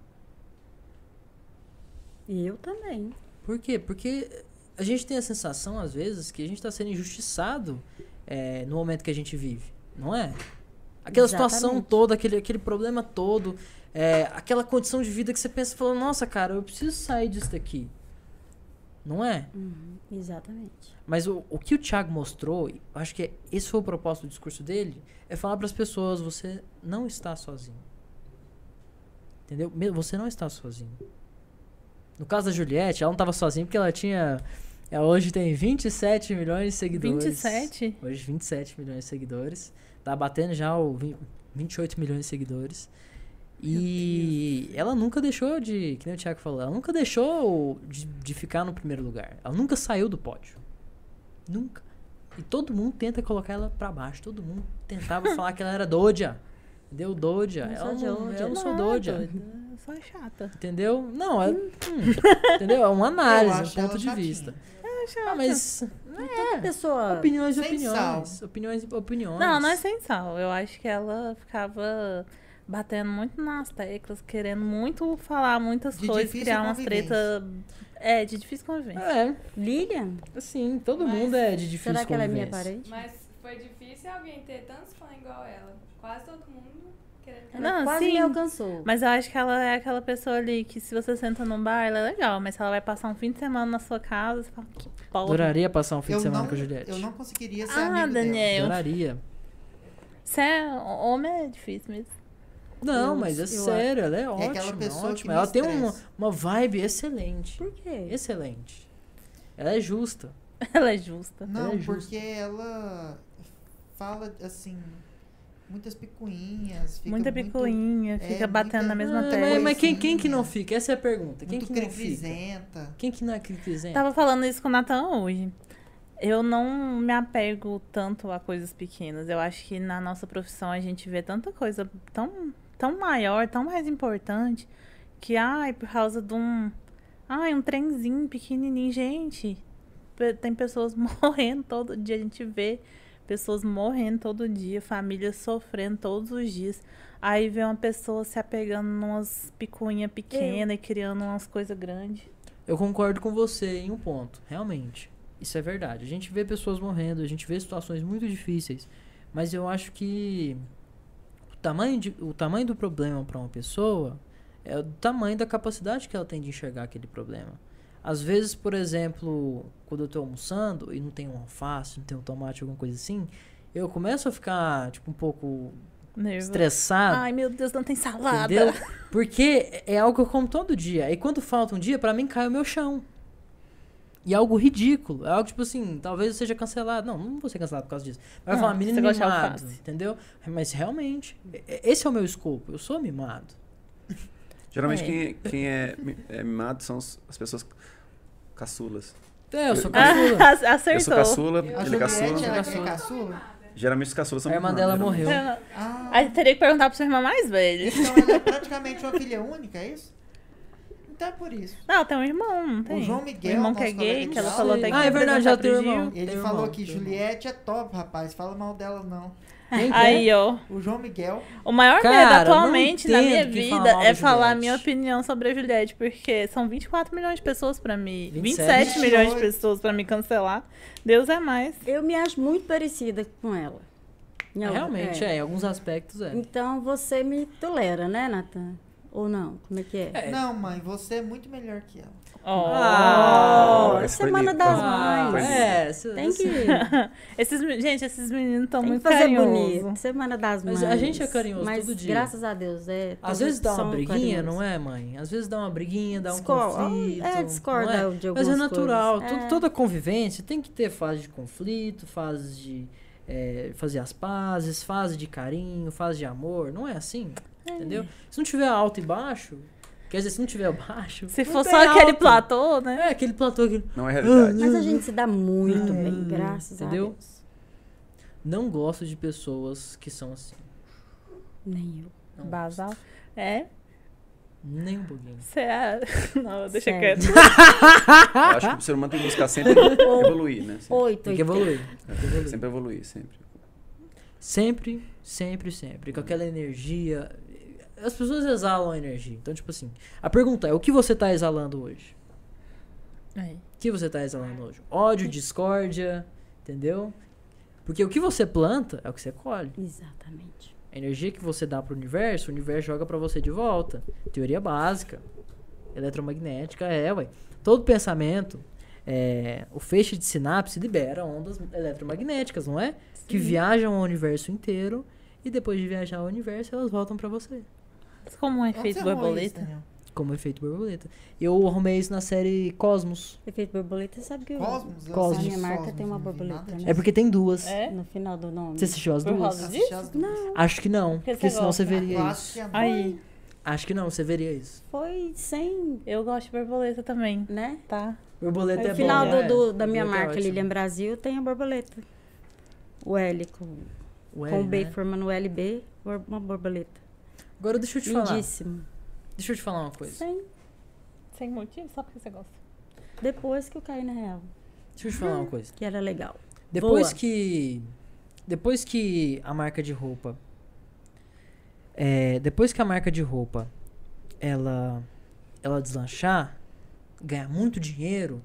[SPEAKER 5] E eu também.
[SPEAKER 1] Por quê? Porque a gente tem a sensação, às vezes, que a gente está sendo injustiçado é, no momento que a gente vive, não é? Aquela situação
[SPEAKER 5] Exatamente.
[SPEAKER 1] toda, aquele, aquele problema todo, é, aquela condição de vida que você pensa e fala, nossa, cara, eu preciso sair disso daqui. Não é?
[SPEAKER 5] Uhum, Exatamente.
[SPEAKER 1] Mas o, o que o Thiago mostrou, eu acho que é- esse foi o propósito do discurso dele, é falar para as pessoas: você não está sozinho. Entendeu? Me- Você não está sozinho. No caso da Juliette, ela não estava sozinha porque ela tinha É, hoje tem 27 milhões de seguidores.
[SPEAKER 3] 27?
[SPEAKER 1] Hoje 27 milhões de seguidores. Tá batendo já o vin- 28 milhões de seguidores. E ela nunca deixou de, que nem o Thiago falou, ela nunca deixou de, de ficar no primeiro lugar. Ela nunca saiu do pódio. Nunca. E todo mundo tenta colocar ela pra baixo. Todo mundo tentava falar que ela era Doja. Entendeu? Doja.
[SPEAKER 5] Não
[SPEAKER 1] Ela
[SPEAKER 5] sou
[SPEAKER 1] não,
[SPEAKER 5] Doja.
[SPEAKER 1] eu não sou
[SPEAKER 3] Não,
[SPEAKER 1] Doja.
[SPEAKER 3] doida, eu sou é chata.
[SPEAKER 1] Entendeu? Não, é. hum, entendeu? É uma análise, um
[SPEAKER 2] acho ela
[SPEAKER 1] ponto de
[SPEAKER 2] chatinha.
[SPEAKER 1] vista. Ah, mas. É.
[SPEAKER 5] A pessoa.
[SPEAKER 1] Opiniões e
[SPEAKER 2] Sem
[SPEAKER 1] opiniões. Opiniões e opiniões.
[SPEAKER 3] Não, não é sem sal. Eu acho que ela ficava batendo muito nas teclas, querendo muito falar muitas
[SPEAKER 2] De
[SPEAKER 3] coisas,
[SPEAKER 2] difícil
[SPEAKER 3] criar umas
[SPEAKER 2] convivência.
[SPEAKER 3] tretas. É, de difícil convivência.
[SPEAKER 1] É,
[SPEAKER 5] Lilian?
[SPEAKER 1] assim, todo
[SPEAKER 7] Mas
[SPEAKER 1] mundo é de difícil
[SPEAKER 5] Será que ela é minha
[SPEAKER 1] convivência.
[SPEAKER 5] parente?
[SPEAKER 7] Mas foi difícil alguém ter tantos fãs igual ela. Quase todo mundo querendo que
[SPEAKER 5] Ela
[SPEAKER 1] ah,
[SPEAKER 3] Não,
[SPEAKER 5] quase
[SPEAKER 3] sim.
[SPEAKER 5] me alcançou.
[SPEAKER 3] Mas eu acho que ela é aquela pessoa ali que se você senta num bar, ela é legal, mas se ela vai passar um fim de semana na sua casa, você fala, que porra.
[SPEAKER 1] Adoraria passar um fim
[SPEAKER 2] eu
[SPEAKER 1] de semana
[SPEAKER 2] não,
[SPEAKER 1] com a Juliette.
[SPEAKER 2] Eu não conseguiria ser
[SPEAKER 3] Ah,
[SPEAKER 2] amigo dela.
[SPEAKER 5] É,
[SPEAKER 3] Daniel.
[SPEAKER 1] Adoraria.
[SPEAKER 3] Você é homem, é difícil mesmo. *laughs*
[SPEAKER 1] Não,
[SPEAKER 5] Eu-
[SPEAKER 1] mas é
[SPEAKER 5] eu acho-
[SPEAKER 1] sério, ela é
[SPEAKER 2] aquela
[SPEAKER 1] ótima,
[SPEAKER 2] pessoa que
[SPEAKER 1] ótima.
[SPEAKER 2] me
[SPEAKER 1] Ela tem uma,
[SPEAKER 2] estressa.
[SPEAKER 1] uma vibe excelente.
[SPEAKER 5] Por quê?
[SPEAKER 1] Excelente. Ela é justa.
[SPEAKER 3] Ela é justa.
[SPEAKER 2] Não,
[SPEAKER 1] é justa.
[SPEAKER 2] porque ela fala assim muitas picuinhas, fica
[SPEAKER 3] Muita
[SPEAKER 2] muito-
[SPEAKER 3] picuinha,
[SPEAKER 2] é,
[SPEAKER 3] fica batendo
[SPEAKER 2] muita-
[SPEAKER 3] na
[SPEAKER 1] Ah,
[SPEAKER 3] mesma
[SPEAKER 1] mas
[SPEAKER 3] tecla.
[SPEAKER 1] mas quem, quem que não
[SPEAKER 2] Coisinha.
[SPEAKER 1] fica? Essa é a pergunta. Quem
[SPEAKER 2] muito
[SPEAKER 1] que não fica?
[SPEAKER 2] cricrizenta.
[SPEAKER 1] Quem que não é cricrizento?
[SPEAKER 3] Tava falando isso com o Natan hoje. Eu não me apego tanto a coisas pequenas. Eu acho que na nossa profissão a gente vê tanta coisa tão, tão maior, tão mais importante, que, ai, por causa de um. Ai, um trenzinho pequenininho. Gente, pe- tem pessoas *laughs* morrendo todo dia. A gente vê pessoas morrendo todo dia, famílias sofrendo todos os dias. Aí vê uma pessoa se apegando numas picuinha pequena e criando umas coisas grandes.
[SPEAKER 1] Eu concordo com você em um ponto, realmente. Isso é verdade. A gente vê pessoas morrendo, a gente vê situações muito difíceis, mas eu acho que o tamanho, de- o tamanho do problema para uma pessoa é o tamanho da capacidade que ela tem de enxergar aquele problema. Às vezes, por exemplo, quando eu tô almoçando e não tem um alface, não tem um tomate, alguma coisa assim, eu começo a ficar tipo um pouco
[SPEAKER 3] Nervoso.
[SPEAKER 1] estressado.
[SPEAKER 3] Ai, meu Deus, não tem salada.
[SPEAKER 1] Entendeu? *laughs* Porque é algo que eu como todo dia. E quando falta um dia, pra mim cai o meu chão. E é algo ridículo. É algo tipo assim, talvez eu seja cancelado. Não, não vou ser cancelado por causa disso. Mas vai
[SPEAKER 3] Não,
[SPEAKER 1] falar, menino
[SPEAKER 3] você gosta de
[SPEAKER 1] mimado,
[SPEAKER 3] alface.
[SPEAKER 1] entendeu? Mas realmente, e- e- esse é o meu escopo. Eu sou mimado.
[SPEAKER 6] Geralmente
[SPEAKER 3] É.
[SPEAKER 6] quem, quem é, mi- é mimado são os- as pessoas caçulas.
[SPEAKER 1] É, eu sou
[SPEAKER 6] Eu-
[SPEAKER 1] caçula.
[SPEAKER 3] *laughs* Ah,
[SPEAKER 6] Eu sou
[SPEAKER 3] *laughs* acertou.
[SPEAKER 6] caçula,
[SPEAKER 2] A
[SPEAKER 6] ele é
[SPEAKER 2] Juliette
[SPEAKER 6] caçula.
[SPEAKER 2] era
[SPEAKER 1] Caçula.
[SPEAKER 2] aquele caçula?
[SPEAKER 6] Geralmente os caçulas são
[SPEAKER 1] A irmã
[SPEAKER 6] mimados,
[SPEAKER 1] dela
[SPEAKER 6] geralmente.
[SPEAKER 1] morreu. *laughs*
[SPEAKER 2] Ah,
[SPEAKER 3] Aí teria que perguntar pra sua irmã mais velha.
[SPEAKER 2] então ela é praticamente uma filha única, é isso? Então é por isso.
[SPEAKER 3] Não, tem um irmão, não tem.
[SPEAKER 2] João Miguel,
[SPEAKER 3] O irmão que é
[SPEAKER 2] nosso
[SPEAKER 3] gay,
[SPEAKER 2] colega
[SPEAKER 3] que ela
[SPEAKER 2] de
[SPEAKER 3] falou
[SPEAKER 1] aula.
[SPEAKER 3] até que
[SPEAKER 1] Ah, é verdade,
[SPEAKER 3] já
[SPEAKER 1] ela tem um irmão.
[SPEAKER 2] Ele
[SPEAKER 1] Tem
[SPEAKER 2] falou
[SPEAKER 1] irmão,
[SPEAKER 2] que
[SPEAKER 1] tem irmão.
[SPEAKER 2] Juliette é top, rapaz. Fala mal dela, não.
[SPEAKER 1] *laughs* Quem que é?
[SPEAKER 3] Aí, ó.
[SPEAKER 2] O João Miguel.
[SPEAKER 3] O maior medo
[SPEAKER 1] Cara,
[SPEAKER 3] atualmente
[SPEAKER 1] não
[SPEAKER 3] na
[SPEAKER 1] entendo
[SPEAKER 3] minha
[SPEAKER 1] quem
[SPEAKER 3] vida
[SPEAKER 1] fala mal da
[SPEAKER 3] é falar a
[SPEAKER 1] Juliette.
[SPEAKER 3] minha opinião sobre a Juliette, porque são 24 milhões de pessoas pra me.
[SPEAKER 1] 27.
[SPEAKER 3] 27 milhões de pessoas pra me cancelar. Deus é mais.
[SPEAKER 5] Eu me acho muito parecida com ela. Em algum-
[SPEAKER 1] Realmente, é. Em alguns aspectos, é.
[SPEAKER 5] Então você me tolera, né, Natan? Ou não? Como é que é?
[SPEAKER 1] É.
[SPEAKER 2] Não, mãe, você é muito melhor que ela.
[SPEAKER 3] Oh. Ó.
[SPEAKER 6] Ah, esse foi
[SPEAKER 5] Oh, Semana
[SPEAKER 6] bonito.
[SPEAKER 5] das
[SPEAKER 1] é Ah,
[SPEAKER 5] Mães.
[SPEAKER 1] é. cê-
[SPEAKER 5] Tem que,
[SPEAKER 1] cê-
[SPEAKER 3] *laughs*
[SPEAKER 5] tem
[SPEAKER 3] Esses, men- gente, esses meninos estão
[SPEAKER 5] que
[SPEAKER 3] muito
[SPEAKER 5] fazer
[SPEAKER 3] carinhosos.
[SPEAKER 5] bonito. Semana das Mães.
[SPEAKER 1] Mas a gente é carinhoso
[SPEAKER 5] Mas,
[SPEAKER 1] todo dia.
[SPEAKER 5] graças a Deus, é.
[SPEAKER 1] Às
[SPEAKER 5] todos
[SPEAKER 1] vezes dá uma
[SPEAKER 5] são
[SPEAKER 1] briguinha, não
[SPEAKER 5] carinhosos.
[SPEAKER 1] é, mãe? Às vezes dá uma briguinha, dá um
[SPEAKER 5] Discorda.
[SPEAKER 1] conflito.
[SPEAKER 5] É,
[SPEAKER 1] não é?
[SPEAKER 5] discorda de algumas
[SPEAKER 1] Mas é natural.
[SPEAKER 5] coisas.
[SPEAKER 1] Tudo-
[SPEAKER 5] É.
[SPEAKER 1] Toda convivência tem que ter fase de conflito, fase de é, fazer as pazes, fase de carinho, fase de amor. Não é assim, entendeu? Se não tiver alto e baixo, quer dizer, se não tiver baixo...
[SPEAKER 3] Se
[SPEAKER 1] não
[SPEAKER 3] for
[SPEAKER 1] tem
[SPEAKER 3] só aquele
[SPEAKER 1] alto.
[SPEAKER 3] platô, né?
[SPEAKER 1] É, aquele platô. Aquele...
[SPEAKER 6] Não é
[SPEAKER 3] *laughs*
[SPEAKER 6] realidade.
[SPEAKER 5] Mas a gente se dá muito bem, graças
[SPEAKER 1] Hum, Entendeu?
[SPEAKER 5] a Deus.
[SPEAKER 1] Não gosto de pessoas que são assim.
[SPEAKER 5] Nem eu.
[SPEAKER 1] Não gosto.
[SPEAKER 3] Basal. É,
[SPEAKER 1] Nem um pouquinho.
[SPEAKER 3] você é. *laughs* Não, deixa
[SPEAKER 5] Sério.
[SPEAKER 1] *laughs*
[SPEAKER 3] quieto.
[SPEAKER 6] Eu acho que o ser humano tem que buscar sempre evoluir, né? Sempre,
[SPEAKER 5] Oito,
[SPEAKER 1] Tem que
[SPEAKER 5] oitenta.
[SPEAKER 1] evoluir. Tem que evoluir.
[SPEAKER 6] sempre evoluir, sempre.
[SPEAKER 1] Sempre, sempre, sempre. Com aquela energia. As pessoas exalam a energia. Então, tipo assim, a pergunta é: o que você tá exalando hoje?
[SPEAKER 3] Aí.
[SPEAKER 1] O que você tá exalando hoje? Ódio, discórdia, entendeu? Porque o que você planta é o que você colhe.
[SPEAKER 5] Exatamente.
[SPEAKER 1] A energia que você dá pro universo, o universo joga pra você de volta. Teoria básica. Eletromagnética, é, ué. Todo pensamento, é, o feixe de sinapse libera ondas eletromagnéticas, não é? Que viajam ao universo inteiro e depois de viajar ao universo, elas voltam pra você.
[SPEAKER 3] Como um
[SPEAKER 2] Onde
[SPEAKER 3] efeito é
[SPEAKER 2] você arrumou isso,
[SPEAKER 3] borboleta.
[SPEAKER 2] Daniel?
[SPEAKER 1] Como efeito borboleta. Eu arrumei isso na série Cosmos.
[SPEAKER 5] Efeito borboleta, sabe que o-
[SPEAKER 2] Cosmos? Eu
[SPEAKER 1] Cosmos.
[SPEAKER 5] a minha
[SPEAKER 2] assisti
[SPEAKER 5] marca
[SPEAKER 2] Cosmos,
[SPEAKER 5] tem uma
[SPEAKER 2] não vi
[SPEAKER 5] borboleta,
[SPEAKER 2] nada
[SPEAKER 5] né?
[SPEAKER 1] É porque tem duas.
[SPEAKER 3] É?
[SPEAKER 5] No final do nome.
[SPEAKER 1] Você assistiu as
[SPEAKER 3] Por
[SPEAKER 1] duas?
[SPEAKER 3] causa
[SPEAKER 2] disso.
[SPEAKER 3] disso?
[SPEAKER 2] Assisti as duas.
[SPEAKER 1] Acho que não.
[SPEAKER 3] Porque
[SPEAKER 1] Porque
[SPEAKER 3] você
[SPEAKER 1] senão você
[SPEAKER 3] gosta.
[SPEAKER 1] veria
[SPEAKER 2] Eu
[SPEAKER 1] isso.
[SPEAKER 2] acho que é
[SPEAKER 3] Aí,
[SPEAKER 1] Acho que não, você veria isso.
[SPEAKER 5] Foi sem,
[SPEAKER 3] eu gosto de borboleta também,
[SPEAKER 5] né?
[SPEAKER 3] tá?
[SPEAKER 1] Borboleta
[SPEAKER 5] Aí
[SPEAKER 1] é
[SPEAKER 5] o final
[SPEAKER 1] bom,
[SPEAKER 5] do-
[SPEAKER 1] né?
[SPEAKER 5] do- da
[SPEAKER 1] Borboleta é
[SPEAKER 5] minha marca,
[SPEAKER 1] ótimo.
[SPEAKER 5] Lilian Brasil, tem a borboleta. O L com,
[SPEAKER 1] Ué,
[SPEAKER 5] com o B
[SPEAKER 1] né?
[SPEAKER 5] formando o LB, bor- uma borboleta.
[SPEAKER 1] Agora deixa eu te falar.
[SPEAKER 5] Lindíssimo.
[SPEAKER 1] Deixa eu te falar uma coisa.
[SPEAKER 5] Sem.
[SPEAKER 3] Sem motivo, só porque você gosta.
[SPEAKER 5] Depois que eu caí na real,
[SPEAKER 1] Deixa eu te falar uma coisa.
[SPEAKER 5] que era legal.
[SPEAKER 1] Depois
[SPEAKER 5] Hum. Boa.
[SPEAKER 1] que. Depois que a marca de roupa. é, depois que a marca de roupa ela, ela deslanchar, ganhar muito dinheiro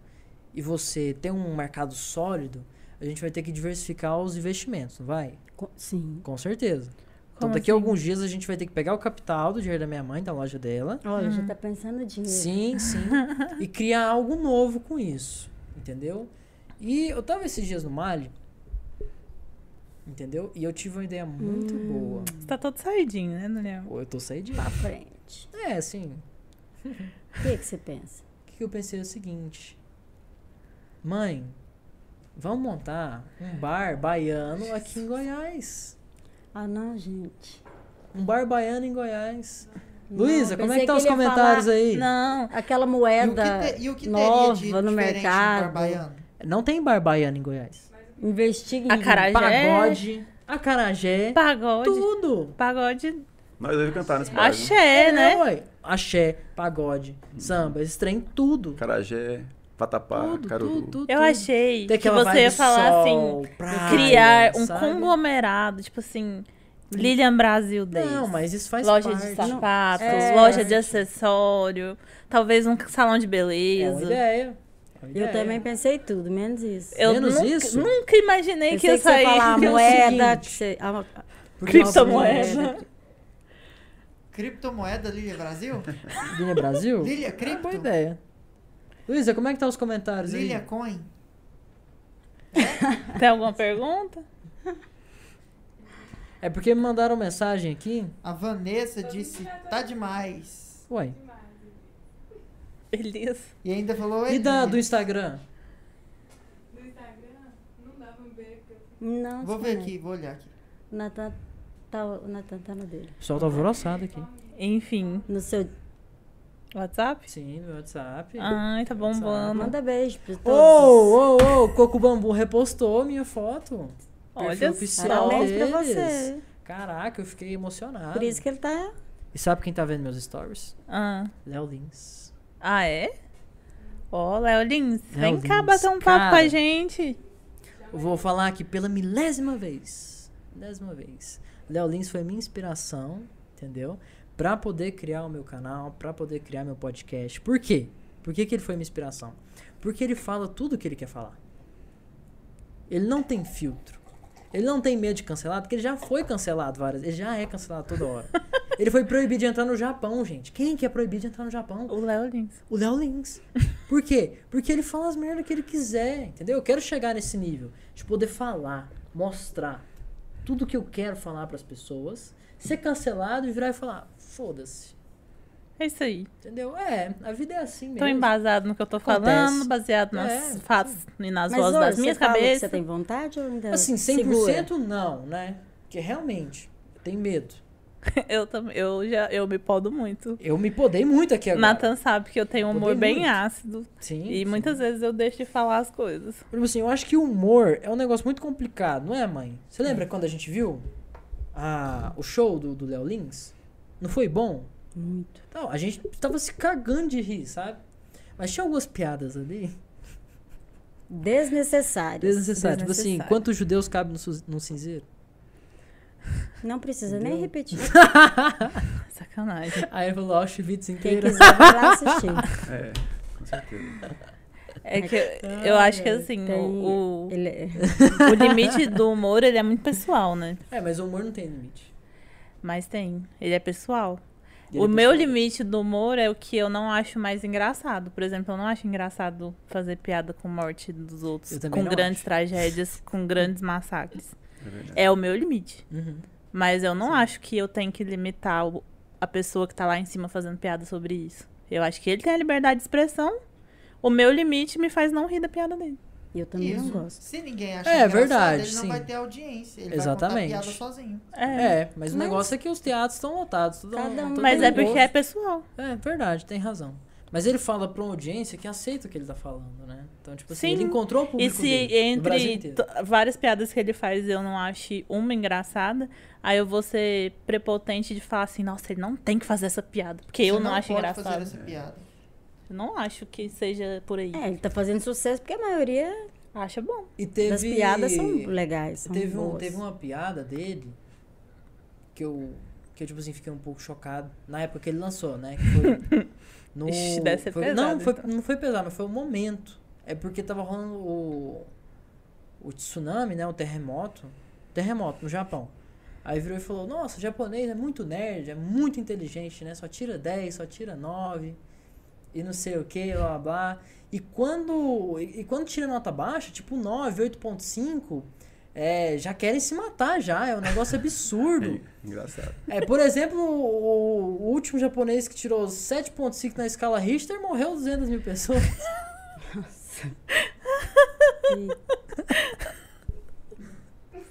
[SPEAKER 1] e você ter um mercado sólido, a gente vai ter que diversificar os investimentos, não vai?
[SPEAKER 5] Co- Sim.
[SPEAKER 1] Com certeza. então
[SPEAKER 3] Como
[SPEAKER 1] daqui a
[SPEAKER 3] assim?
[SPEAKER 1] alguns dias a gente vai ter que pegar o capital do dinheiro da minha mãe, da loja dela.
[SPEAKER 5] Olha, já tá pensando em dinheiro.
[SPEAKER 1] Sim, sim.
[SPEAKER 5] *laughs*
[SPEAKER 1] e criar algo novo com isso. Entendeu? E eu tava esses dias no Mali. Entendeu? E eu tive uma ideia muito
[SPEAKER 5] Hum.
[SPEAKER 1] boa.
[SPEAKER 3] Você tá todo saidinho, né, Daniel?
[SPEAKER 1] Pô, eu tô saindo.
[SPEAKER 5] Pra frente.
[SPEAKER 1] É, assim.
[SPEAKER 5] O que, que você pensa?
[SPEAKER 1] O que que eu pensei é o seguinte. Mãe, vamos montar um bar baiano aqui em Goiás.
[SPEAKER 5] Ah, não, gente.
[SPEAKER 1] Um bar baiano em Goiás.
[SPEAKER 5] Não,
[SPEAKER 1] Luísa, como é
[SPEAKER 5] pensei
[SPEAKER 1] que tá os
[SPEAKER 5] ele ia
[SPEAKER 1] comentários
[SPEAKER 5] falar,
[SPEAKER 1] aí?
[SPEAKER 5] Não, aquela
[SPEAKER 2] E o que,
[SPEAKER 5] moeda
[SPEAKER 2] te- e o que teria
[SPEAKER 5] nova
[SPEAKER 2] de
[SPEAKER 5] no
[SPEAKER 2] diferente
[SPEAKER 5] mercado.
[SPEAKER 2] no barbaiano?
[SPEAKER 1] Não tem bar baiano em Goiás.
[SPEAKER 5] Investigue.
[SPEAKER 3] Acarajé.
[SPEAKER 1] Pagode, acarajé,
[SPEAKER 3] É Pagode.
[SPEAKER 1] tudo.
[SPEAKER 3] Pagode.
[SPEAKER 6] Nós devemos cantar nesse bar. viu?
[SPEAKER 3] Axé, né?
[SPEAKER 1] Não, ué. Axé, pagode, samba, esse trem, tudo.
[SPEAKER 6] né? Carajé, Vatapá,
[SPEAKER 1] tudo,
[SPEAKER 6] Caruru.
[SPEAKER 1] tudo, tudo.
[SPEAKER 3] Eu achei
[SPEAKER 1] Tem
[SPEAKER 3] que
[SPEAKER 1] aquela
[SPEAKER 3] você ia
[SPEAKER 1] vibe
[SPEAKER 3] falar
[SPEAKER 1] sol,
[SPEAKER 3] assim,
[SPEAKER 1] praia,
[SPEAKER 3] criar um
[SPEAKER 1] sabe?
[SPEAKER 3] conglomerado, tipo assim, Lilian Brasil 10.
[SPEAKER 1] Não, mas isso faz
[SPEAKER 3] loja
[SPEAKER 1] parte.
[SPEAKER 3] de sapatos,
[SPEAKER 5] É.
[SPEAKER 3] loja de acessório, talvez um salão de
[SPEAKER 1] É uma
[SPEAKER 3] beleza.
[SPEAKER 1] ideia. é uma
[SPEAKER 5] Eu
[SPEAKER 1] ideia.
[SPEAKER 5] também pensei tudo, menos isso.
[SPEAKER 3] Eu
[SPEAKER 1] Menos
[SPEAKER 3] nunca,
[SPEAKER 1] isso?
[SPEAKER 3] nunca imaginei
[SPEAKER 5] Pensei
[SPEAKER 3] que ia
[SPEAKER 5] você ia
[SPEAKER 3] sair.
[SPEAKER 5] falar a
[SPEAKER 1] que é o
[SPEAKER 5] moeda,
[SPEAKER 1] seguinte.
[SPEAKER 5] que você- a- a-
[SPEAKER 1] Porque
[SPEAKER 3] Criptomoeda.
[SPEAKER 2] Criptomoeda Lilia Brasil?
[SPEAKER 1] Lília Brasil?
[SPEAKER 2] Lilia
[SPEAKER 1] É uma boa
[SPEAKER 2] Cripto?
[SPEAKER 1] ideia. Luísa, como é que tá os comentários aí?
[SPEAKER 2] Lilia Coin?
[SPEAKER 3] *laughs* Tem alguma pergunta?
[SPEAKER 1] É porque me mandaram mensagem aqui.
[SPEAKER 2] A Vanessa disse, tá demais.
[SPEAKER 1] Ué.
[SPEAKER 3] *laughs* Beleza.
[SPEAKER 2] E ainda falou...
[SPEAKER 1] E da, do
[SPEAKER 2] Elinha.
[SPEAKER 1] Instagram?
[SPEAKER 7] No Instagram, não dava um beijo. porque eu-
[SPEAKER 5] Não,
[SPEAKER 2] Vou ver
[SPEAKER 5] não.
[SPEAKER 2] aqui, vou olhar aqui.
[SPEAKER 5] O Natan tá, o Natan tá no dele.
[SPEAKER 1] O pessoal tá alvoroçado aqui.
[SPEAKER 3] Enfim,
[SPEAKER 5] No seu.
[SPEAKER 3] WhatsApp?
[SPEAKER 1] Sim, no WhatsApp.
[SPEAKER 3] Ai, tá bombando.
[SPEAKER 5] Manda beijo pra todos.
[SPEAKER 1] Ô, ô, ô, Coco Bambu repostou minha foto.
[SPEAKER 3] Olha
[SPEAKER 1] Perfil
[SPEAKER 3] só.
[SPEAKER 1] oficial.
[SPEAKER 5] Parabéns pra
[SPEAKER 1] deles.
[SPEAKER 5] você.
[SPEAKER 1] Caraca, eu fiquei emocionado.
[SPEAKER 5] Por isso que ele tá.
[SPEAKER 1] E sabe quem tá vendo meus stories?
[SPEAKER 3] Ah,
[SPEAKER 1] Léo Lins.
[SPEAKER 3] ah, é? Ó, Léo Lins, vem
[SPEAKER 1] Léo
[SPEAKER 3] cá
[SPEAKER 1] Lins,
[SPEAKER 3] bater um papo com
[SPEAKER 1] cara.
[SPEAKER 3] a gente.
[SPEAKER 1] Eu vou falar aqui pela milésima vez. Milésima vez. Léo Lins foi minha inspiração, entendeu? Pra poder criar o meu canal, pra poder criar meu podcast. Por quê? Por que, que ele foi minha inspiração? Porque ele fala tudo o que ele quer falar. Ele não tem filtro. Ele não tem medo de cancelar, porque ele já foi cancelado várias Ele já é cancelado toda hora. ele foi proibido de entrar no Japão, gente. Quem que é proibido de entrar no Japão?
[SPEAKER 3] O Léo Lins.
[SPEAKER 1] O Léo Lins. Por quê? Porque ele fala as merdas que ele quiser, entendeu? Eu quero chegar nesse nível de poder falar, mostrar tudo que eu quero falar pras pessoas, ser cancelado e virar e falar, foda-se.
[SPEAKER 3] É isso aí.
[SPEAKER 1] Entendeu? É, a vida é assim mesmo.
[SPEAKER 3] Tô embasado no que eu tô
[SPEAKER 1] Acontece.
[SPEAKER 3] falando, baseado nos
[SPEAKER 1] É,
[SPEAKER 3] fatos e nas
[SPEAKER 5] Mas
[SPEAKER 3] vozes
[SPEAKER 5] olha,
[SPEAKER 3] das
[SPEAKER 5] você
[SPEAKER 3] minhas
[SPEAKER 5] fala o que
[SPEAKER 3] cabeças.
[SPEAKER 5] Você tem vontade ou ainda.
[SPEAKER 1] Assim, 100%
[SPEAKER 5] né? segura?
[SPEAKER 1] não, né? Porque realmente, eu tenho medo.
[SPEAKER 3] *laughs* Eu também, eu já, eu me podo muito.
[SPEAKER 1] Eu me podei muito aqui agora.
[SPEAKER 3] Nathan sabe que eu tenho um
[SPEAKER 1] Podei
[SPEAKER 3] humor bem
[SPEAKER 1] muito.
[SPEAKER 3] ácido
[SPEAKER 1] Sim.
[SPEAKER 3] e
[SPEAKER 1] sim.
[SPEAKER 3] muitas vezes eu deixo de falar as coisas. *laughs*
[SPEAKER 1] Tipo assim, eu acho que o humor é um negócio muito complicado, não é, mãe? Você lembra quando a gente viu a, o show do do Léo Lins? Não foi bom?
[SPEAKER 5] Muito.
[SPEAKER 1] Não, Então, a gente tava se cagando de rir, sabe? Mas tinha algumas piadas ali.
[SPEAKER 5] Desnecessário.
[SPEAKER 1] Desnecessárias. Tipo assim,
[SPEAKER 3] Desnecessárias.
[SPEAKER 1] quantos judeus cabem no, su- no cinzeiro?
[SPEAKER 5] Não precisa nem repetir.
[SPEAKER 3] Sacanagem.
[SPEAKER 1] Aí ele falou Auschwitz
[SPEAKER 5] Quem
[SPEAKER 1] inteira.
[SPEAKER 5] quiser vai lá assistir.
[SPEAKER 6] É, com certeza.
[SPEAKER 3] É que eu, eu acho que assim,
[SPEAKER 5] Tem-
[SPEAKER 3] o, o-
[SPEAKER 5] Ele é-
[SPEAKER 3] o limite do humor ele é muito pessoal, né?
[SPEAKER 1] É, mas o humor não tem limite.
[SPEAKER 3] Mas tem, ele é pessoal.
[SPEAKER 1] Ele
[SPEAKER 3] o
[SPEAKER 1] é
[SPEAKER 3] meu
[SPEAKER 1] pessoal.
[SPEAKER 3] limite do humor é o que eu não acho mais engraçado. Por exemplo, eu não acho engraçado fazer piada com morte dos outros,
[SPEAKER 1] Eu também
[SPEAKER 3] com
[SPEAKER 1] não
[SPEAKER 3] grandes
[SPEAKER 1] acho.
[SPEAKER 3] tragédias, com grandes massacres.
[SPEAKER 6] É verdade.
[SPEAKER 3] É o meu limite.
[SPEAKER 1] Uhum.
[SPEAKER 3] Mas eu não acho que eu tenho que limitar o- a pessoa que tá lá em cima fazendo piada sobre isso. Eu acho que ele tem a liberdade de expressão. O meu limite me faz não rir da piada dele.
[SPEAKER 5] Eu também
[SPEAKER 2] Isso.
[SPEAKER 5] não gosto.
[SPEAKER 2] Se ninguém acha
[SPEAKER 1] É,
[SPEAKER 2] engraçado,
[SPEAKER 1] verdade,
[SPEAKER 2] ele
[SPEAKER 1] sim.
[SPEAKER 2] não vai ter audiência. Ele
[SPEAKER 1] Exatamente.
[SPEAKER 2] vai contar piada sozinho.
[SPEAKER 1] É, mas o
[SPEAKER 5] Mas-
[SPEAKER 1] negócio é que os teatros estão lotados. Tudo
[SPEAKER 5] Cada um.
[SPEAKER 1] todo
[SPEAKER 3] Mas
[SPEAKER 1] mundo
[SPEAKER 3] é porque
[SPEAKER 1] gosta.
[SPEAKER 3] é pessoal.
[SPEAKER 1] É, verdade, tem razão. Mas ele fala pra uma audiência que aceita o que ele tá falando, né? Então, tipo assim,
[SPEAKER 3] Sim.
[SPEAKER 1] ele encontrou o público
[SPEAKER 3] E se
[SPEAKER 1] dele, no Brasil
[SPEAKER 3] entre
[SPEAKER 1] inteiro.
[SPEAKER 3] to- várias piadas que ele faz eu não ache uma engraçada, aí eu vou ser prepotente de falar assim, nossa, ele não tem que fazer essa piada, porque eu
[SPEAKER 2] Você
[SPEAKER 3] não, acho
[SPEAKER 2] pode
[SPEAKER 3] engraçado.
[SPEAKER 2] Fazer essa piada.
[SPEAKER 3] Eu não acho que seja por aí.
[SPEAKER 5] É, ele tá fazendo sucesso porque a maioria
[SPEAKER 3] Acha bom.
[SPEAKER 1] E teve...
[SPEAKER 5] das piadas são legais. São
[SPEAKER 1] Teve, um,
[SPEAKER 5] boas.
[SPEAKER 1] teve uma piada dele que eu, que eu, tipo assim, fiquei um pouco chocado na época que ele lançou, né? Que
[SPEAKER 3] *laughs*
[SPEAKER 1] foi no,
[SPEAKER 3] Ixi, deve ser
[SPEAKER 1] foi-
[SPEAKER 3] pesado,
[SPEAKER 1] Não, foi,
[SPEAKER 3] então.
[SPEAKER 1] não foi pesado, mas foi o momento. É porque tava rolando o, o tsunami, né? O terremoto. Terremoto no Japão. Aí virou e falou, nossa, o japonês é muito nerd, é muito inteligente, né? Só tira 10, só tira 9 e não sei o que, blá blá blá. E quando, e, e quando tira nota baixa, tipo 9, 8.5, é, já querem se matar já, é um negócio
[SPEAKER 4] *laughs*
[SPEAKER 1] absurdo.
[SPEAKER 6] Engraçado.
[SPEAKER 1] é, por exemplo, o, o último japonês que tirou 7.5 na escala Richter morreu 200 mil pessoas.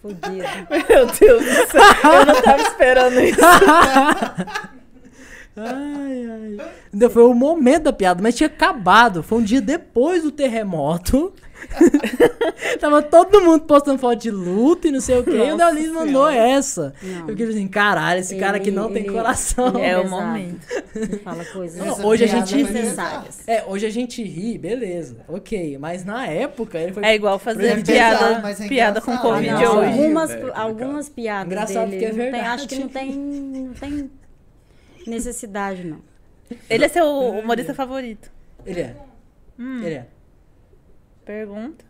[SPEAKER 5] Fudido.
[SPEAKER 3] Meu Deus do céu, eu não tava esperando isso.
[SPEAKER 1] ai, ai. Ainda foi o momento da piada, mas tinha acabado. Foi um dia depois do terremoto. *laughs* Tava todo mundo postando foto de luto e não sei o que. E o
[SPEAKER 3] Nossa
[SPEAKER 1] Deolins mandou essa.
[SPEAKER 5] Não.
[SPEAKER 1] Eu queria assim, caralho, esse cara aqui
[SPEAKER 5] Ele-
[SPEAKER 1] não tem
[SPEAKER 5] ele-
[SPEAKER 1] coração.
[SPEAKER 5] ele
[SPEAKER 3] É o
[SPEAKER 5] pesado.
[SPEAKER 3] momento.
[SPEAKER 5] Ele fala coisas
[SPEAKER 1] Não, hoje a gente-
[SPEAKER 5] desnecessárias.
[SPEAKER 1] É, hoje a gente ri, beleza, ok. Mas na época ele foi.
[SPEAKER 3] É igual fazer
[SPEAKER 2] Ele é
[SPEAKER 3] piada,
[SPEAKER 2] pesado, mas é
[SPEAKER 3] piada com
[SPEAKER 2] engraçado.
[SPEAKER 5] Ah,
[SPEAKER 3] Covid
[SPEAKER 1] Vídeo
[SPEAKER 5] não,
[SPEAKER 1] hoje.
[SPEAKER 3] hoje.
[SPEAKER 5] algumas,
[SPEAKER 6] É complicado.
[SPEAKER 5] algumas piadas
[SPEAKER 1] Engraçado
[SPEAKER 5] dele,
[SPEAKER 1] que é
[SPEAKER 5] não tem-
[SPEAKER 1] verdade.
[SPEAKER 5] acho que não tem, não tem necessidade, não.
[SPEAKER 3] Ele é seu
[SPEAKER 1] Hum.
[SPEAKER 3] humorista favorito.
[SPEAKER 1] Ele é.
[SPEAKER 3] Hum,
[SPEAKER 1] Ele é.
[SPEAKER 3] Pergunta.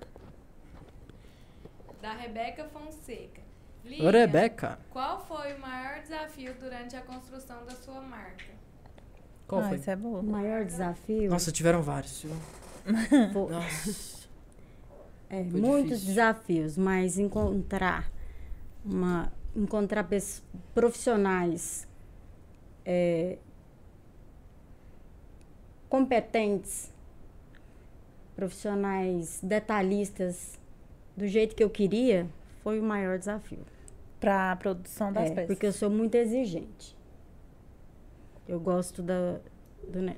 [SPEAKER 7] Da Rebeca Fonseca.
[SPEAKER 1] Ô,
[SPEAKER 7] Lilian,
[SPEAKER 1] Rebeca,
[SPEAKER 7] Qual foi o maior desafio durante a construção da sua marca?
[SPEAKER 1] qual
[SPEAKER 3] ah,
[SPEAKER 1] foi?
[SPEAKER 3] isso é bom.
[SPEAKER 5] O maior desafio
[SPEAKER 1] Nossa, tiveram vários.
[SPEAKER 3] *laughs*
[SPEAKER 1] viu?
[SPEAKER 5] fo-
[SPEAKER 1] Nossa.
[SPEAKER 5] é
[SPEAKER 1] foi
[SPEAKER 5] muitos
[SPEAKER 1] difícil.
[SPEAKER 5] desafios, mas encontrar uma encontrar pes- profissionais é, competentes, profissionais detalhistas do jeito que eu queria, foi o maior desafio.
[SPEAKER 3] Pra produção das
[SPEAKER 5] É,
[SPEAKER 3] peças.
[SPEAKER 5] porque eu sou muito exigente. Eu gosto da, do, ne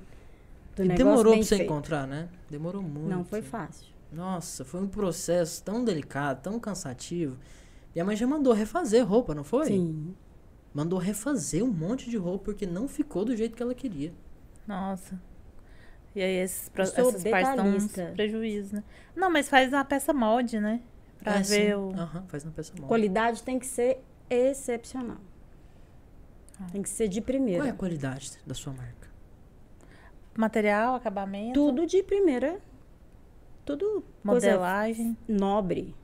[SPEAKER 5] do
[SPEAKER 1] E
[SPEAKER 5] negócio
[SPEAKER 1] demorou
[SPEAKER 5] bem
[SPEAKER 1] pra você
[SPEAKER 5] feito.
[SPEAKER 1] encontrar, né? Demorou muito.
[SPEAKER 5] Não foi fácil.
[SPEAKER 1] Nossa, foi um processo tão delicado, tão cansativo. Minha mãe já mandou refazer roupa, não foi?
[SPEAKER 5] Sim.
[SPEAKER 1] Mandou refazer um monte de roupa porque não ficou do jeito que ela queria.
[SPEAKER 3] Nossa. E aí esses, pro-
[SPEAKER 5] Eu sou
[SPEAKER 3] essas partes dão uns
[SPEAKER 5] detalhista.
[SPEAKER 3] prejuízo, né? Não, mas faz uma peça molde, né? Pra
[SPEAKER 1] É,
[SPEAKER 3] ver
[SPEAKER 1] sim.
[SPEAKER 3] o...
[SPEAKER 1] Aham, faz na peça mole.
[SPEAKER 5] Qualidade tem que ser excepcional. Tem que ser de
[SPEAKER 1] Qual é
[SPEAKER 5] primeira.
[SPEAKER 1] a qualidade da sua marca?
[SPEAKER 3] material, acabamento,
[SPEAKER 1] então-
[SPEAKER 5] Tudo de primeira. Tudo
[SPEAKER 3] modelagem.
[SPEAKER 5] coisa nobre.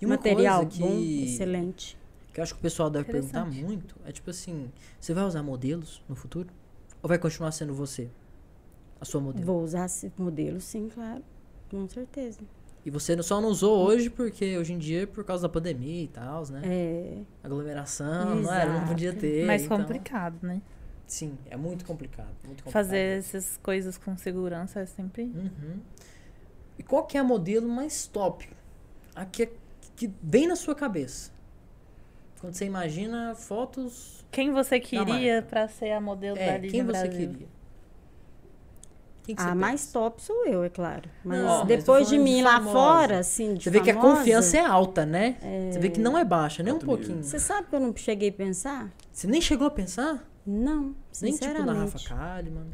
[SPEAKER 1] E uma
[SPEAKER 5] material
[SPEAKER 1] coisa que...
[SPEAKER 5] bom, excelente.
[SPEAKER 1] que eu acho que o pessoal deve perguntar
[SPEAKER 3] Interessante.
[SPEAKER 1] muito é tipo assim, você vai usar modelos no futuro? Ou vai continuar sendo você? A sua modelo?
[SPEAKER 5] Vou usar esse modelo, sim, claro. Com certeza.
[SPEAKER 1] E você não- só não usou hoje porque hoje em dia é por causa da pandemia e tal, né?
[SPEAKER 5] É,
[SPEAKER 1] Aglomeração, não, era, não
[SPEAKER 5] Exato.
[SPEAKER 1] podia ter.
[SPEAKER 3] mais
[SPEAKER 1] então-
[SPEAKER 3] complicado, né?
[SPEAKER 1] Sim, é muito complicado. Muito complicado.
[SPEAKER 3] Fazer essas coisas com segurança é sempre...
[SPEAKER 1] Uhum. E qual que é a modelo mais top? A que, é, que vem na sua cabeça? Quando você imagina fotos.
[SPEAKER 3] Quem você queria
[SPEAKER 1] marca.
[SPEAKER 3] pra ser a modelo da
[SPEAKER 1] É,
[SPEAKER 3] Lívia
[SPEAKER 1] quem
[SPEAKER 3] no
[SPEAKER 1] você
[SPEAKER 3] Brasil?
[SPEAKER 1] queria? Quem que
[SPEAKER 5] a
[SPEAKER 1] você
[SPEAKER 5] mais
[SPEAKER 1] pensa?
[SPEAKER 5] top sou eu, é claro. Mas
[SPEAKER 1] Não, mas tô
[SPEAKER 5] depois de
[SPEAKER 1] falando de
[SPEAKER 5] mim lá
[SPEAKER 1] famosa.
[SPEAKER 5] fora, assim, de
[SPEAKER 1] Você vê que a
[SPEAKER 5] famosa,
[SPEAKER 1] confiança é alta, né? Você vê que não é baixa, nem um
[SPEAKER 6] Alto nível.
[SPEAKER 1] pouquinho.
[SPEAKER 5] Você sabe que eu não cheguei a pensar?
[SPEAKER 1] Você nem chegou a pensar?
[SPEAKER 5] Não,
[SPEAKER 1] Nem tipo na Rafa
[SPEAKER 5] sinceramente.
[SPEAKER 1] Kalimann.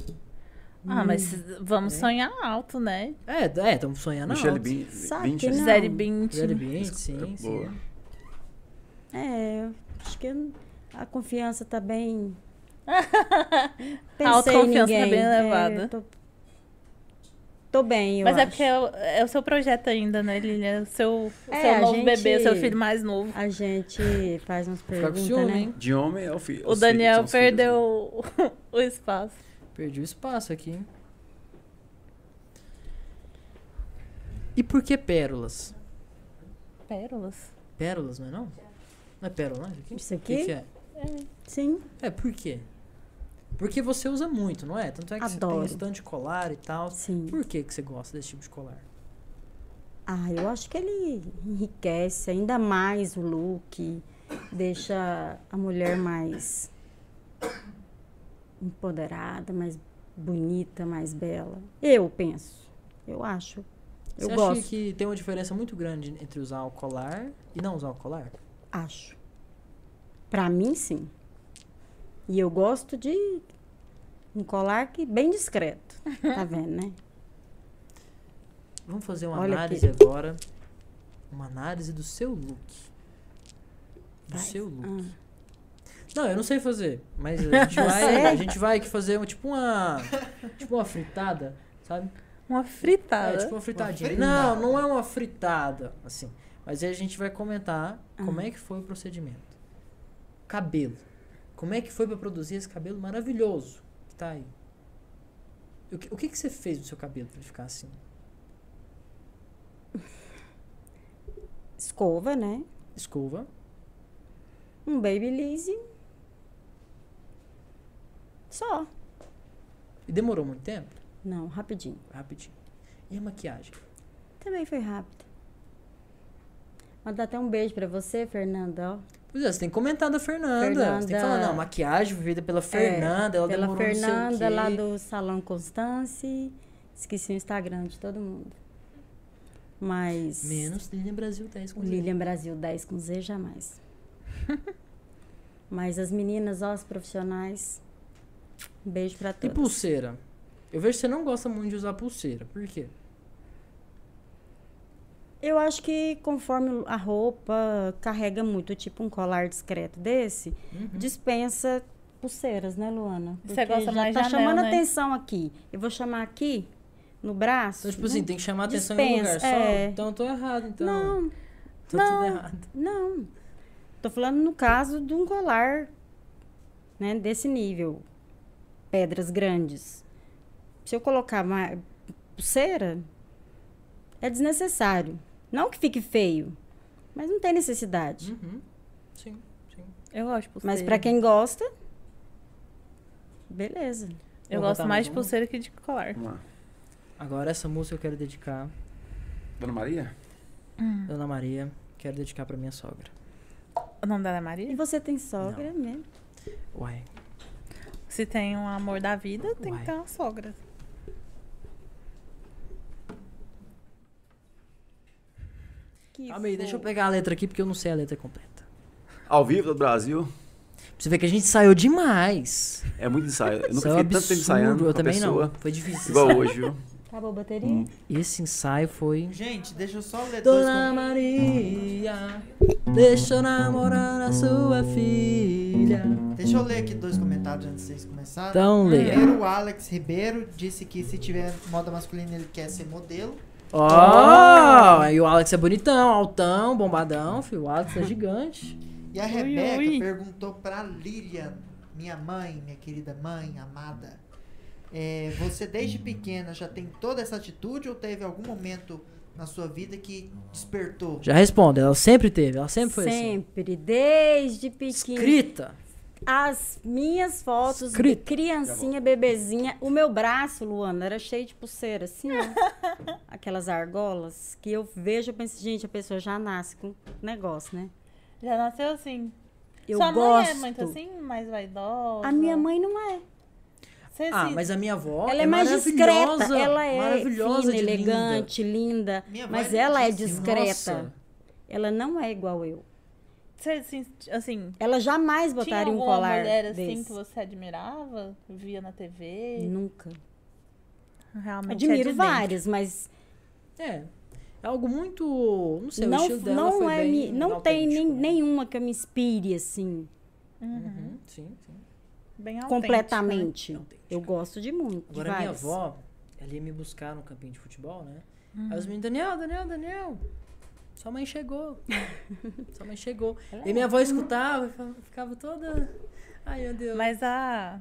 [SPEAKER 3] Ah, mas vamos sonhar alto, né?
[SPEAKER 1] É, é, estamos sonhando
[SPEAKER 6] Michelle
[SPEAKER 1] alto.
[SPEAKER 6] Bin,
[SPEAKER 5] Sabe que
[SPEAKER 6] Binchas.
[SPEAKER 5] Não.
[SPEAKER 3] Gisele Bündchen.
[SPEAKER 1] Gisele Bündchen, sim, sim.
[SPEAKER 6] Boa.
[SPEAKER 5] é, eu acho que eu- a confiança tá bem...
[SPEAKER 3] *laughs* A autoconfiança tá
[SPEAKER 5] está
[SPEAKER 3] bem elevada.
[SPEAKER 5] É, tô... tô bem, eu
[SPEAKER 3] Mas é
[SPEAKER 5] acho.
[SPEAKER 3] porque é o, é o seu projeto ainda, né, Lilian? O seu, o
[SPEAKER 5] É,
[SPEAKER 3] seu
[SPEAKER 5] a
[SPEAKER 3] novo
[SPEAKER 5] gente-
[SPEAKER 3] bebê, o seu filho mais novo.
[SPEAKER 5] A gente faz umas
[SPEAKER 1] Fica com
[SPEAKER 5] perguntas,
[SPEAKER 1] ciúme,
[SPEAKER 5] né?
[SPEAKER 1] hein?
[SPEAKER 6] De homem é o filho.
[SPEAKER 3] O Daniel
[SPEAKER 6] né?
[SPEAKER 3] perdeu o espaço.
[SPEAKER 1] Perdi o espaço aqui, hein? E por que pérolas?
[SPEAKER 3] Pérolas?
[SPEAKER 1] Pérolas, não é não? Não é pérola, não? isso aqui?
[SPEAKER 5] Isso
[SPEAKER 1] O que,
[SPEAKER 5] aqui?
[SPEAKER 1] que é?
[SPEAKER 5] Sim.
[SPEAKER 1] É, por quê? Porque você usa muito, não é? Tanto é que você tem
[SPEAKER 5] Adoro.
[SPEAKER 1] esse tanto de colar e tal.
[SPEAKER 5] Sim.
[SPEAKER 1] Por que, que você gosta desse tipo de colar?
[SPEAKER 5] Ah, eu acho que ele enriquece ainda mais o look, deixa a mulher mais empoderada, mais bonita, mais bela. Eu penso, eu acho. Eu
[SPEAKER 1] você
[SPEAKER 5] gosto,
[SPEAKER 1] acha que tem uma diferença muito grande entre usar o colar e não usar o colar?
[SPEAKER 5] acho. Pra mim, sim. E eu gosto de um colar que
[SPEAKER 1] *laughs*
[SPEAKER 5] bem discreto, tá vendo, né?
[SPEAKER 1] Vamos fazer uma
[SPEAKER 5] Olha
[SPEAKER 1] análise
[SPEAKER 5] aqui.
[SPEAKER 1] agora. Uma análise do seu look. Do
[SPEAKER 5] Faz.
[SPEAKER 1] seu look.
[SPEAKER 5] Ah.
[SPEAKER 1] Não, eu não sei fazer.
[SPEAKER 5] *laughs*
[SPEAKER 1] Mas a gente vai,
[SPEAKER 5] Sério?
[SPEAKER 1] a gente vai aqui fazer um- tipo uma. Tipo uma fritada, sabe?
[SPEAKER 3] Uma
[SPEAKER 1] É,
[SPEAKER 3] fritada.
[SPEAKER 1] tipo uma fritadinha.
[SPEAKER 2] fritada.
[SPEAKER 1] Não, não é uma fritada, assim. Mas aí a gente vai comentar
[SPEAKER 5] Ah.
[SPEAKER 1] como é que foi o procedimento. Cabelo. Como é que foi pra produzir esse cabelo maravilhoso que tá aí? O que, o que, que você fez no seu cabelo pra ele ficar assim?
[SPEAKER 5] Escova, né?
[SPEAKER 1] Escova.
[SPEAKER 5] Um Babyliss. Só.
[SPEAKER 1] E demorou muito tempo?
[SPEAKER 5] Não, rapidinho.
[SPEAKER 1] Rapidinho. E a maquiagem?
[SPEAKER 5] Também foi rápido. Mandar até um beijo pra você, Fernanda, ó.
[SPEAKER 1] Pois é, você tem que comentar da Fernanda. Você tem que
[SPEAKER 5] Fernanda- É,
[SPEAKER 1] falar, não, maquiagem feita pela Fernanda, ela
[SPEAKER 5] Pela
[SPEAKER 1] demorou não sei o quê.
[SPEAKER 5] Fernanda, lá do Salão Constance. Esqueci o Instagram de todo mundo. Mas.
[SPEAKER 1] Menos Lilian Brasil 10 com
[SPEAKER 5] O Lilian Brasil 10 com
[SPEAKER 3] *laughs*
[SPEAKER 5] Z jamais. Mas as meninas, ó, as profissionais. Um beijo pra
[SPEAKER 1] E
[SPEAKER 3] Tipo
[SPEAKER 5] todos.
[SPEAKER 1] pulseira? Eu vejo que você não gosta muito de usar pulseira. Por quê?
[SPEAKER 5] Eu acho que conforme a roupa carrega muito, tipo um colar discreto desse, dispensa pulseiras, né, Luana?
[SPEAKER 3] Uhum. Você
[SPEAKER 5] Porque
[SPEAKER 3] gosta
[SPEAKER 5] já
[SPEAKER 3] mais
[SPEAKER 5] tá
[SPEAKER 3] de anel,
[SPEAKER 5] chamando
[SPEAKER 3] né?
[SPEAKER 5] atenção aqui. Eu vou chamar aqui no braço.
[SPEAKER 1] Então, tipo assim,
[SPEAKER 5] né?
[SPEAKER 1] tem que chamar a atenção em um
[SPEAKER 5] Dispensa,
[SPEAKER 1] lugar só.
[SPEAKER 5] é.
[SPEAKER 1] Então eu tô errado, então.
[SPEAKER 5] Não,
[SPEAKER 1] tô tudo
[SPEAKER 5] não.
[SPEAKER 1] errado.
[SPEAKER 5] não. Tô falando no caso de um colar, né, desse nível. Pedras grandes. Se eu colocar ma- pulseira, é desnecessário. Não que fique feio, mas não tem necessidade.
[SPEAKER 1] Uhum. Sim, sim.
[SPEAKER 3] Eu gosto de pulseira.
[SPEAKER 5] Mas pra quem gosta, beleza.
[SPEAKER 3] Eu
[SPEAKER 1] Vou
[SPEAKER 3] gosto
[SPEAKER 1] botar
[SPEAKER 3] mais
[SPEAKER 1] mais
[SPEAKER 3] de
[SPEAKER 1] uma.
[SPEAKER 3] pulseira que de colar.
[SPEAKER 6] Vamos lá.
[SPEAKER 1] Agora essa música eu quero dedicar,
[SPEAKER 6] Dona Maria?
[SPEAKER 1] Dona Maria, quero dedicar pra minha sogra.
[SPEAKER 3] O nome dela é
[SPEAKER 5] E
[SPEAKER 3] Maria?
[SPEAKER 5] você tem sogra mesmo?
[SPEAKER 1] Uai,
[SPEAKER 3] Se tem um amor da vida, tem
[SPEAKER 1] Uai.
[SPEAKER 3] que ter uma sogra.
[SPEAKER 5] Que
[SPEAKER 1] Calma aí, deixa eu
[SPEAKER 5] fofo.
[SPEAKER 1] pegar a letra aqui porque eu não sei a letra completa.
[SPEAKER 6] Ao vivo do Brasil.
[SPEAKER 1] Pra você ver que a gente saiu demais.
[SPEAKER 6] É muito ensaio. Eu
[SPEAKER 1] Isso
[SPEAKER 6] nunca
[SPEAKER 1] é um
[SPEAKER 6] fiquei
[SPEAKER 1] absurdo.
[SPEAKER 6] tanto tempo ensaiando
[SPEAKER 1] eu
[SPEAKER 6] com a
[SPEAKER 1] também
[SPEAKER 6] pessoa.
[SPEAKER 1] não. Foi difícil.
[SPEAKER 6] Igual hoje, viu?
[SPEAKER 5] Acabou a bateria?
[SPEAKER 6] Hum.
[SPEAKER 1] Esse ensaio foi. Hum.
[SPEAKER 2] Gente, deixa eu só ler dois
[SPEAKER 1] Dona
[SPEAKER 2] comentários.
[SPEAKER 1] Maria, deixa eu namorar a sua filha.
[SPEAKER 2] Deixa eu ler aqui dois comentários antes de vocês começarem.
[SPEAKER 1] Então,
[SPEAKER 5] É.
[SPEAKER 1] leia.
[SPEAKER 2] Primeiro, o Alex Ribeiro disse que se tiver moda masculina ele quer ser modelo.
[SPEAKER 1] Ó, e o Alex é bonitão, altão, bombadão, filho. O Alex é gigante.
[SPEAKER 2] E a
[SPEAKER 3] Ui,
[SPEAKER 2] Rebeca
[SPEAKER 3] ui.
[SPEAKER 2] perguntou pra Lilian, minha mãe, minha querida mãe, amada. é, você desde pequena já tem toda essa atitude ou teve algum momento na sua vida que despertou?
[SPEAKER 1] Já respondo, ela sempre teve, ela sempre foi assim.
[SPEAKER 5] Sempre, desde pequena.
[SPEAKER 1] Escrita.
[SPEAKER 5] As minhas fotos
[SPEAKER 1] Escrito.
[SPEAKER 5] de criancinha, bebezinha. O meu braço, Luana, era cheio de pulseira, assim,
[SPEAKER 3] *laughs*
[SPEAKER 5] ó. Aquelas argolas que eu vejo e penso, gente, a pessoa já nasce com um negócio, né?
[SPEAKER 3] Já nasceu assim.
[SPEAKER 5] Eu
[SPEAKER 3] Sua
[SPEAKER 5] gosto.
[SPEAKER 3] mãe é muito assim, mais vaidosa.
[SPEAKER 5] A minha mãe não é.
[SPEAKER 3] Você
[SPEAKER 1] Ah,
[SPEAKER 3] se-
[SPEAKER 1] mas a minha avó.
[SPEAKER 5] Ela é mais discreta.
[SPEAKER 1] maravilhosa,
[SPEAKER 5] Ela é
[SPEAKER 1] maravilhosa
[SPEAKER 5] fina,
[SPEAKER 1] de linda.
[SPEAKER 5] elegante, linda.
[SPEAKER 2] Minha
[SPEAKER 5] mas
[SPEAKER 2] mãe é
[SPEAKER 5] ela é
[SPEAKER 2] lindíssima.
[SPEAKER 5] discreta.
[SPEAKER 1] Nossa.
[SPEAKER 5] Ela não é igual eu.
[SPEAKER 3] Você se- assim,
[SPEAKER 5] Ela jamais
[SPEAKER 3] tinha
[SPEAKER 5] botaria um
[SPEAKER 3] alguma
[SPEAKER 5] colar
[SPEAKER 3] mulher assim
[SPEAKER 5] desse.
[SPEAKER 3] que você admirava? Via na TV?
[SPEAKER 5] Nunca.
[SPEAKER 3] Realmente. é de
[SPEAKER 5] Admiro
[SPEAKER 3] dentro.
[SPEAKER 5] várias, mas
[SPEAKER 1] É. É algo muito. Não sei, o
[SPEAKER 5] não,
[SPEAKER 1] estilo dela
[SPEAKER 5] não,
[SPEAKER 1] foi
[SPEAKER 5] é,
[SPEAKER 1] bem
[SPEAKER 5] mi- não tem nem-
[SPEAKER 1] autêntico, né?
[SPEAKER 5] nenhuma que eu me inspire, assim,
[SPEAKER 1] tipo, Uhum, sim, sim.
[SPEAKER 3] Bem autêntica, né?
[SPEAKER 5] completamente.
[SPEAKER 1] Autêntica.
[SPEAKER 5] Eu gosto de muito. de
[SPEAKER 1] tipo. Agora, minha
[SPEAKER 5] várias.
[SPEAKER 1] avó, ela ia me buscar no campinho de futebol, né? Aí os
[SPEAKER 5] Uhum.
[SPEAKER 1] meninos, Daniel, Daniel, Daniel, sua mãe
[SPEAKER 5] *laughs*
[SPEAKER 1] chegou. sua mãe chegou.
[SPEAKER 5] é
[SPEAKER 1] E minha
[SPEAKER 5] assim,
[SPEAKER 1] avó
[SPEAKER 5] né?
[SPEAKER 1] escutava, e ficava- ficava toda. Ai, meu Deus. Mas,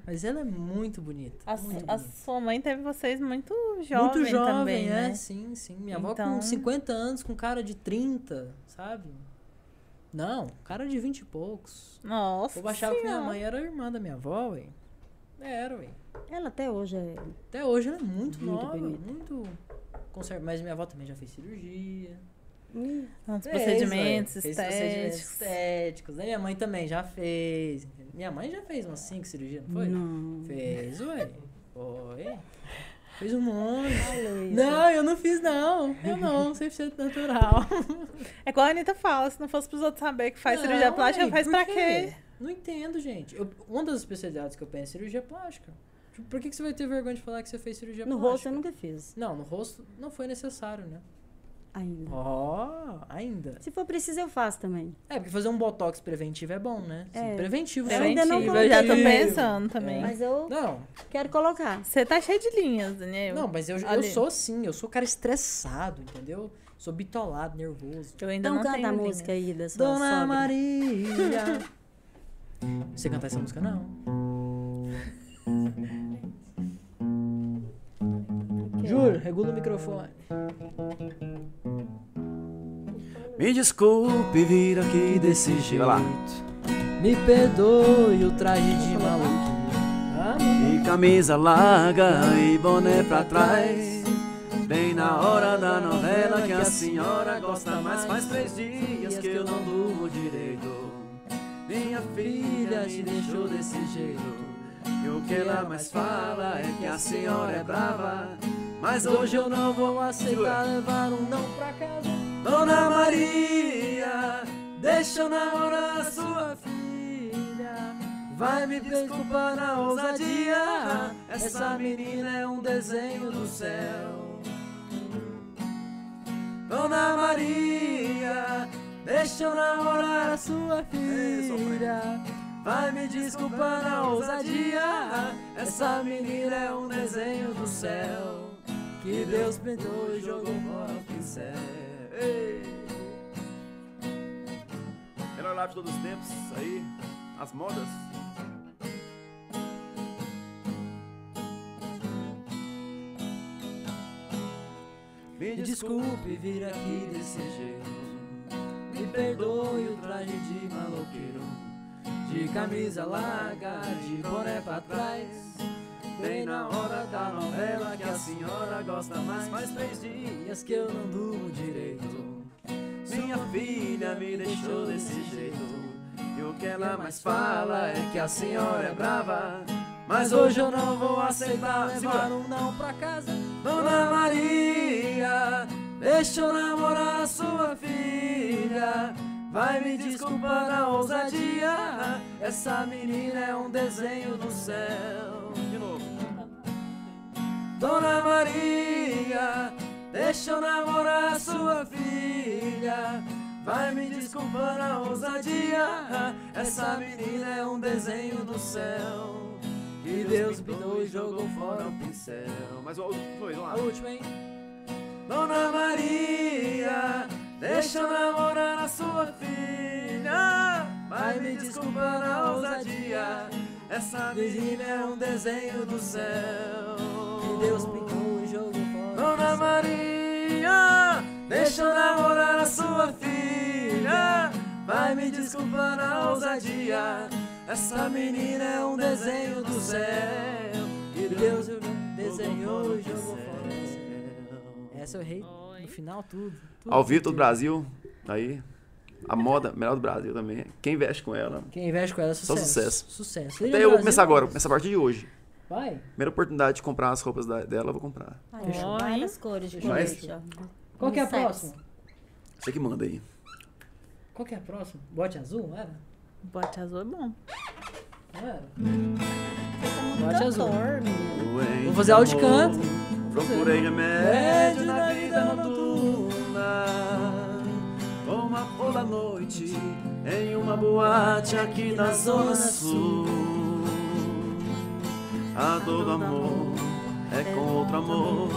[SPEAKER 3] Mas a,
[SPEAKER 1] ela é muito bonita.
[SPEAKER 3] a,
[SPEAKER 1] muito
[SPEAKER 3] a
[SPEAKER 1] bonita.
[SPEAKER 3] sua mãe teve vocês muito jovem,
[SPEAKER 1] Uhum. muito jovem,
[SPEAKER 3] também,
[SPEAKER 1] é,
[SPEAKER 3] né?
[SPEAKER 1] sim, sim. Minha avó com
[SPEAKER 3] Então-
[SPEAKER 1] 50 anos, com cara de 30, sabe? Não, cara de 20 e poucos.
[SPEAKER 3] Nossa
[SPEAKER 1] Eu achava que minha
[SPEAKER 3] Senhora.
[SPEAKER 1] mãe era irmã da minha avó, ué. É, Era, ué.
[SPEAKER 5] Ela até hoje é.
[SPEAKER 1] Até hoje ela é muito,
[SPEAKER 5] Muito
[SPEAKER 1] nova,
[SPEAKER 5] bonita.
[SPEAKER 1] muito conserva. Mas minha avó também já fez cirurgia.
[SPEAKER 5] Ih,
[SPEAKER 3] Tantos
[SPEAKER 1] Fez,
[SPEAKER 3] procedimentos
[SPEAKER 1] ué. Fez procedimentos
[SPEAKER 3] estéticos.
[SPEAKER 1] estéticos. Né? Minha mãe também já fez. Minha mãe já fez umas cinco cirurgias, não foi?
[SPEAKER 5] Não.
[SPEAKER 1] Fez, ué. Foi. Fez um monte.
[SPEAKER 5] Luísa.
[SPEAKER 1] Não, eu não fiz, não. Eu não, 100% natural.
[SPEAKER 3] É igual a Anitta fala, se não fosse pros outros saber que faz
[SPEAKER 1] Não,
[SPEAKER 3] cirurgia plástica,
[SPEAKER 1] ué,
[SPEAKER 3] faz
[SPEAKER 1] por
[SPEAKER 3] pra quê?
[SPEAKER 1] Não entendo, gente. Eu- uma das especialidades que eu penso é cirurgia plástica. Tipo, Por que, que você vai ter vergonha de falar que você fez cirurgia
[SPEAKER 5] No rosto
[SPEAKER 1] plástica?
[SPEAKER 5] eu nunca fiz.
[SPEAKER 1] Não, no rosto não foi necessário, né?
[SPEAKER 5] Ainda.
[SPEAKER 1] Ó, ainda.
[SPEAKER 5] Se for preciso, eu faço também.
[SPEAKER 1] É, porque fazer um botox preventivo é bom, né? Sim,
[SPEAKER 5] É.
[SPEAKER 1] Preventivo,
[SPEAKER 5] Eu
[SPEAKER 1] sim.
[SPEAKER 5] ainda não
[SPEAKER 1] Preventivo,
[SPEAKER 3] Eu já tô
[SPEAKER 1] preventivo.
[SPEAKER 3] pensando também.
[SPEAKER 1] É.
[SPEAKER 5] Mas eu
[SPEAKER 1] Não,
[SPEAKER 5] quero colocar.
[SPEAKER 3] Você tá cheio de linhas, Daniel.
[SPEAKER 1] não, mas eu, eu
[SPEAKER 3] Ali.
[SPEAKER 1] sou assim, eu sou cara estressado, entendeu? Sou bitolado, nervoso.
[SPEAKER 3] Eu ainda
[SPEAKER 5] Então
[SPEAKER 3] não
[SPEAKER 5] canta
[SPEAKER 3] tenho
[SPEAKER 5] a
[SPEAKER 3] linha.
[SPEAKER 5] música aí da sua
[SPEAKER 1] um Dona
[SPEAKER 5] sogra.
[SPEAKER 1] Maria. Você cantar essa música, não? Juro, regula o microfone.
[SPEAKER 4] Me desculpe vir aqui desse jeito. Vai lá.
[SPEAKER 1] Me perdoe o traje de maluco.
[SPEAKER 4] E camisa larga e boné pra trás. Bem na hora da novela que a senhora gosta mais. Faz três dias que eu não durmo direito. Minha filha me deixou desse jeito. E o que ela mais fala é que a senhora é brava. Mas hoje eu não vou aceitar levar um não pra casa. Dona Maria, deixa eu namorar sua filha. Vai me desculpar a ousadia. Essa menina é um desenho do céu. Dona Maria, deixa eu namorar a sua filha. Vai me desculpar a ousadia. Essa menina é um desenho do céu. Que Deus perdoe e jogou fora o pincel.
[SPEAKER 8] Melhor live de todos os tempos, aí, as modas.
[SPEAKER 4] Me
[SPEAKER 1] Me desculpe vir aqui desse jeito. Me perdoe o traje de maloqueiro. De camisa larga, de boné pra trás.
[SPEAKER 4] Bem na hora da novela que a senhora gosta mais Faz três dias que eu não durmo direito Minha filha me deixou desse jeito E o que ela mais fala é que a senhora é brava Mas hoje eu não vou aceitar levar um não pra casa Dona Maria, deixa eu namorar a sua filha Vai me desculpar a ousadia Essa menina é um desenho do céu
[SPEAKER 8] De novo.
[SPEAKER 4] Dona Maria, deixa eu namorar sua filha. Vai me desculpar a ousadia. Essa menina é um desenho do céu. Que Deus bidou e jogou fora o pincel.
[SPEAKER 8] Mas o foi, vamos lá.
[SPEAKER 1] A última, hein?
[SPEAKER 4] Dona Maria, deixa eu namorar a sua filha. Vai me desculpar a ousadia. Essa menina é um desenho do céu.
[SPEAKER 1] Que Deus pintou e jogou fora.
[SPEAKER 4] Dona Maria, deixa eu namorar a sua filha. Vai me desculpar a ousadia. Essa menina é um desenho do céu. Que Deus desenhou e jogou fora.
[SPEAKER 1] Essa eu errei no final tudo. tudo,
[SPEAKER 8] Ao vivo, todo
[SPEAKER 1] tudo.
[SPEAKER 8] Brasil. tá Aí, a moda, melhor do Brasil também. Quem veste com ela.
[SPEAKER 1] Quem inveja com ela é
[SPEAKER 8] Só
[SPEAKER 1] sucesso.
[SPEAKER 8] sucesso.
[SPEAKER 1] Sucesso.
[SPEAKER 8] Até eu vou começar agora, vou começar a partir de hoje.
[SPEAKER 1] Vai.
[SPEAKER 8] Primeira oportunidade de comprar as roupas da- dela, eu vou comprar.
[SPEAKER 5] Aí,
[SPEAKER 3] Fechou.
[SPEAKER 5] ó, várias cores de
[SPEAKER 8] Fechou.
[SPEAKER 5] colete, ó.
[SPEAKER 1] Qual que é a
[SPEAKER 5] Unissex.
[SPEAKER 1] próxima?
[SPEAKER 8] Você que manda aí.
[SPEAKER 1] Qual que é a próxima? Bote azul, não era?
[SPEAKER 3] Bote azul é bom.
[SPEAKER 1] Não era?
[SPEAKER 5] Cantor,
[SPEAKER 1] Bote azul.
[SPEAKER 5] menina.
[SPEAKER 1] Vou fazer aula de canto.
[SPEAKER 4] Procurei remédio na vida noturna Com uma boa noite Em uma boate aqui na Zona Sul A dor do amor É com outro amor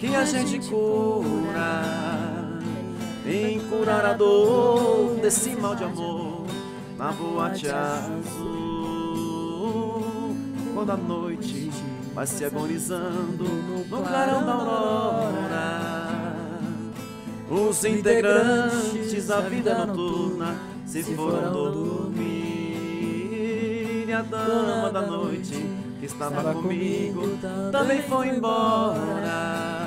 [SPEAKER 4] Que a gente cura Em curar a dor Desse mal de amor Na boate azul Quando a noite Vai se agonizando No clarão da aurora os integrantes da vida noturna se foram dormir. E a dama da noite estava comigo, também foi embora.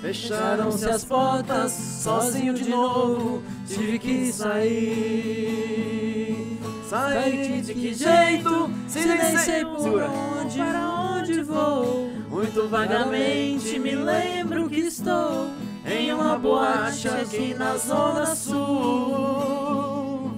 [SPEAKER 4] Fecharam-se as portas, sozinho de novo, tive que sair. Sair de que jeito? Se nem sei por onde,
[SPEAKER 1] para onde vou.
[SPEAKER 4] muito vagamente me lembro que estou em uma boate aqui na Zona Sul.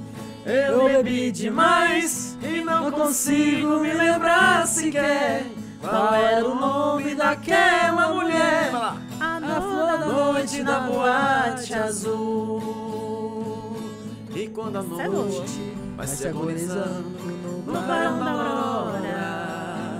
[SPEAKER 4] Eu bebi demais e não consigo me lembrar sequer qual era o nome daquela mulher.
[SPEAKER 3] Ah,
[SPEAKER 4] A flor da noite na boate azul. E quando a
[SPEAKER 3] é boa.
[SPEAKER 4] noite vai se agonizando
[SPEAKER 1] no
[SPEAKER 4] no
[SPEAKER 3] Barão
[SPEAKER 4] Barão
[SPEAKER 3] da
[SPEAKER 4] da Aurora,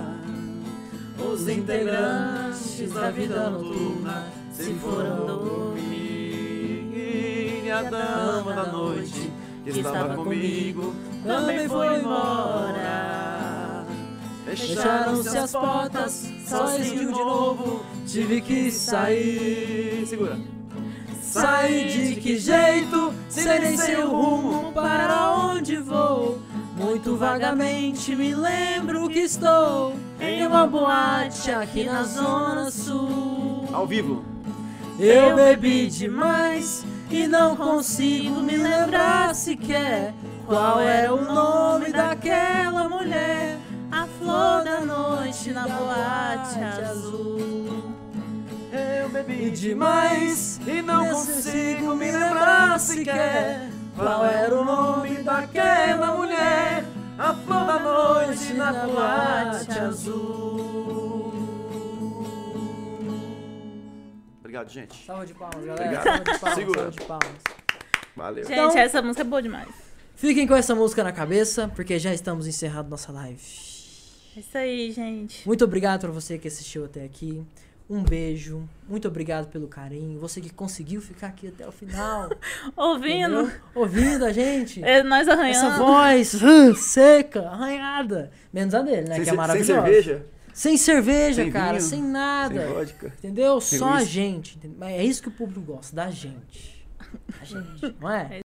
[SPEAKER 4] os integrantes da vida noturna se foram dormir. E a dama da noite que estava comigo também foi embora. Fecharam-se as portas, sozinho de novo, tive que sair. Segura. Saí de que jeito, sem nem sei o rumo, para onde vou.
[SPEAKER 1] Muito vagamente me lembro que estou em uma boate aqui na Zona Sul.
[SPEAKER 4] Ao vivo.
[SPEAKER 1] Eu bebi demais e não consigo me lembrar sequer qual era o nome daquela mulher.
[SPEAKER 3] A flor da noite na boate azul.
[SPEAKER 4] Eu bebi
[SPEAKER 1] E demais,
[SPEAKER 4] e não consigo me lembrar sequer qual era o nome daquela mulher. A flor da noite na boate azul.
[SPEAKER 6] Obrigado, gente.
[SPEAKER 1] Salva de palmas,
[SPEAKER 6] Obrigado.
[SPEAKER 1] Salva de palmas,
[SPEAKER 6] Segura.
[SPEAKER 1] salva de palmas.
[SPEAKER 6] Valeu.
[SPEAKER 3] Gente, essa música é boa demais.
[SPEAKER 1] Fiquem com essa música na cabeça, porque já estamos encerrando nossa live.
[SPEAKER 3] É isso aí, gente.
[SPEAKER 1] Muito obrigado pra você que assistiu até aqui. Um beijo. Muito obrigado pelo carinho. Você que conseguiu ficar aqui até o final.
[SPEAKER 3] Ouvindo,
[SPEAKER 1] entendeu? Ouvindo a gente.
[SPEAKER 3] é, nós
[SPEAKER 1] Essa
[SPEAKER 3] arranhando.
[SPEAKER 1] voz uh, seca, arranhada. Menos a dele,
[SPEAKER 6] Sem,
[SPEAKER 1] né? que é
[SPEAKER 6] ce- sem
[SPEAKER 1] maravilhosa.
[SPEAKER 6] cerveja,
[SPEAKER 1] Sem cerveja,
[SPEAKER 6] Sem
[SPEAKER 1] cara.
[SPEAKER 6] vinho,
[SPEAKER 1] Sem nada.
[SPEAKER 6] sem vodka.
[SPEAKER 1] entendeu? Só a
[SPEAKER 6] uísque.
[SPEAKER 1] gente. entende? Mas é isso que o público gosta, da gente. A gente, não é?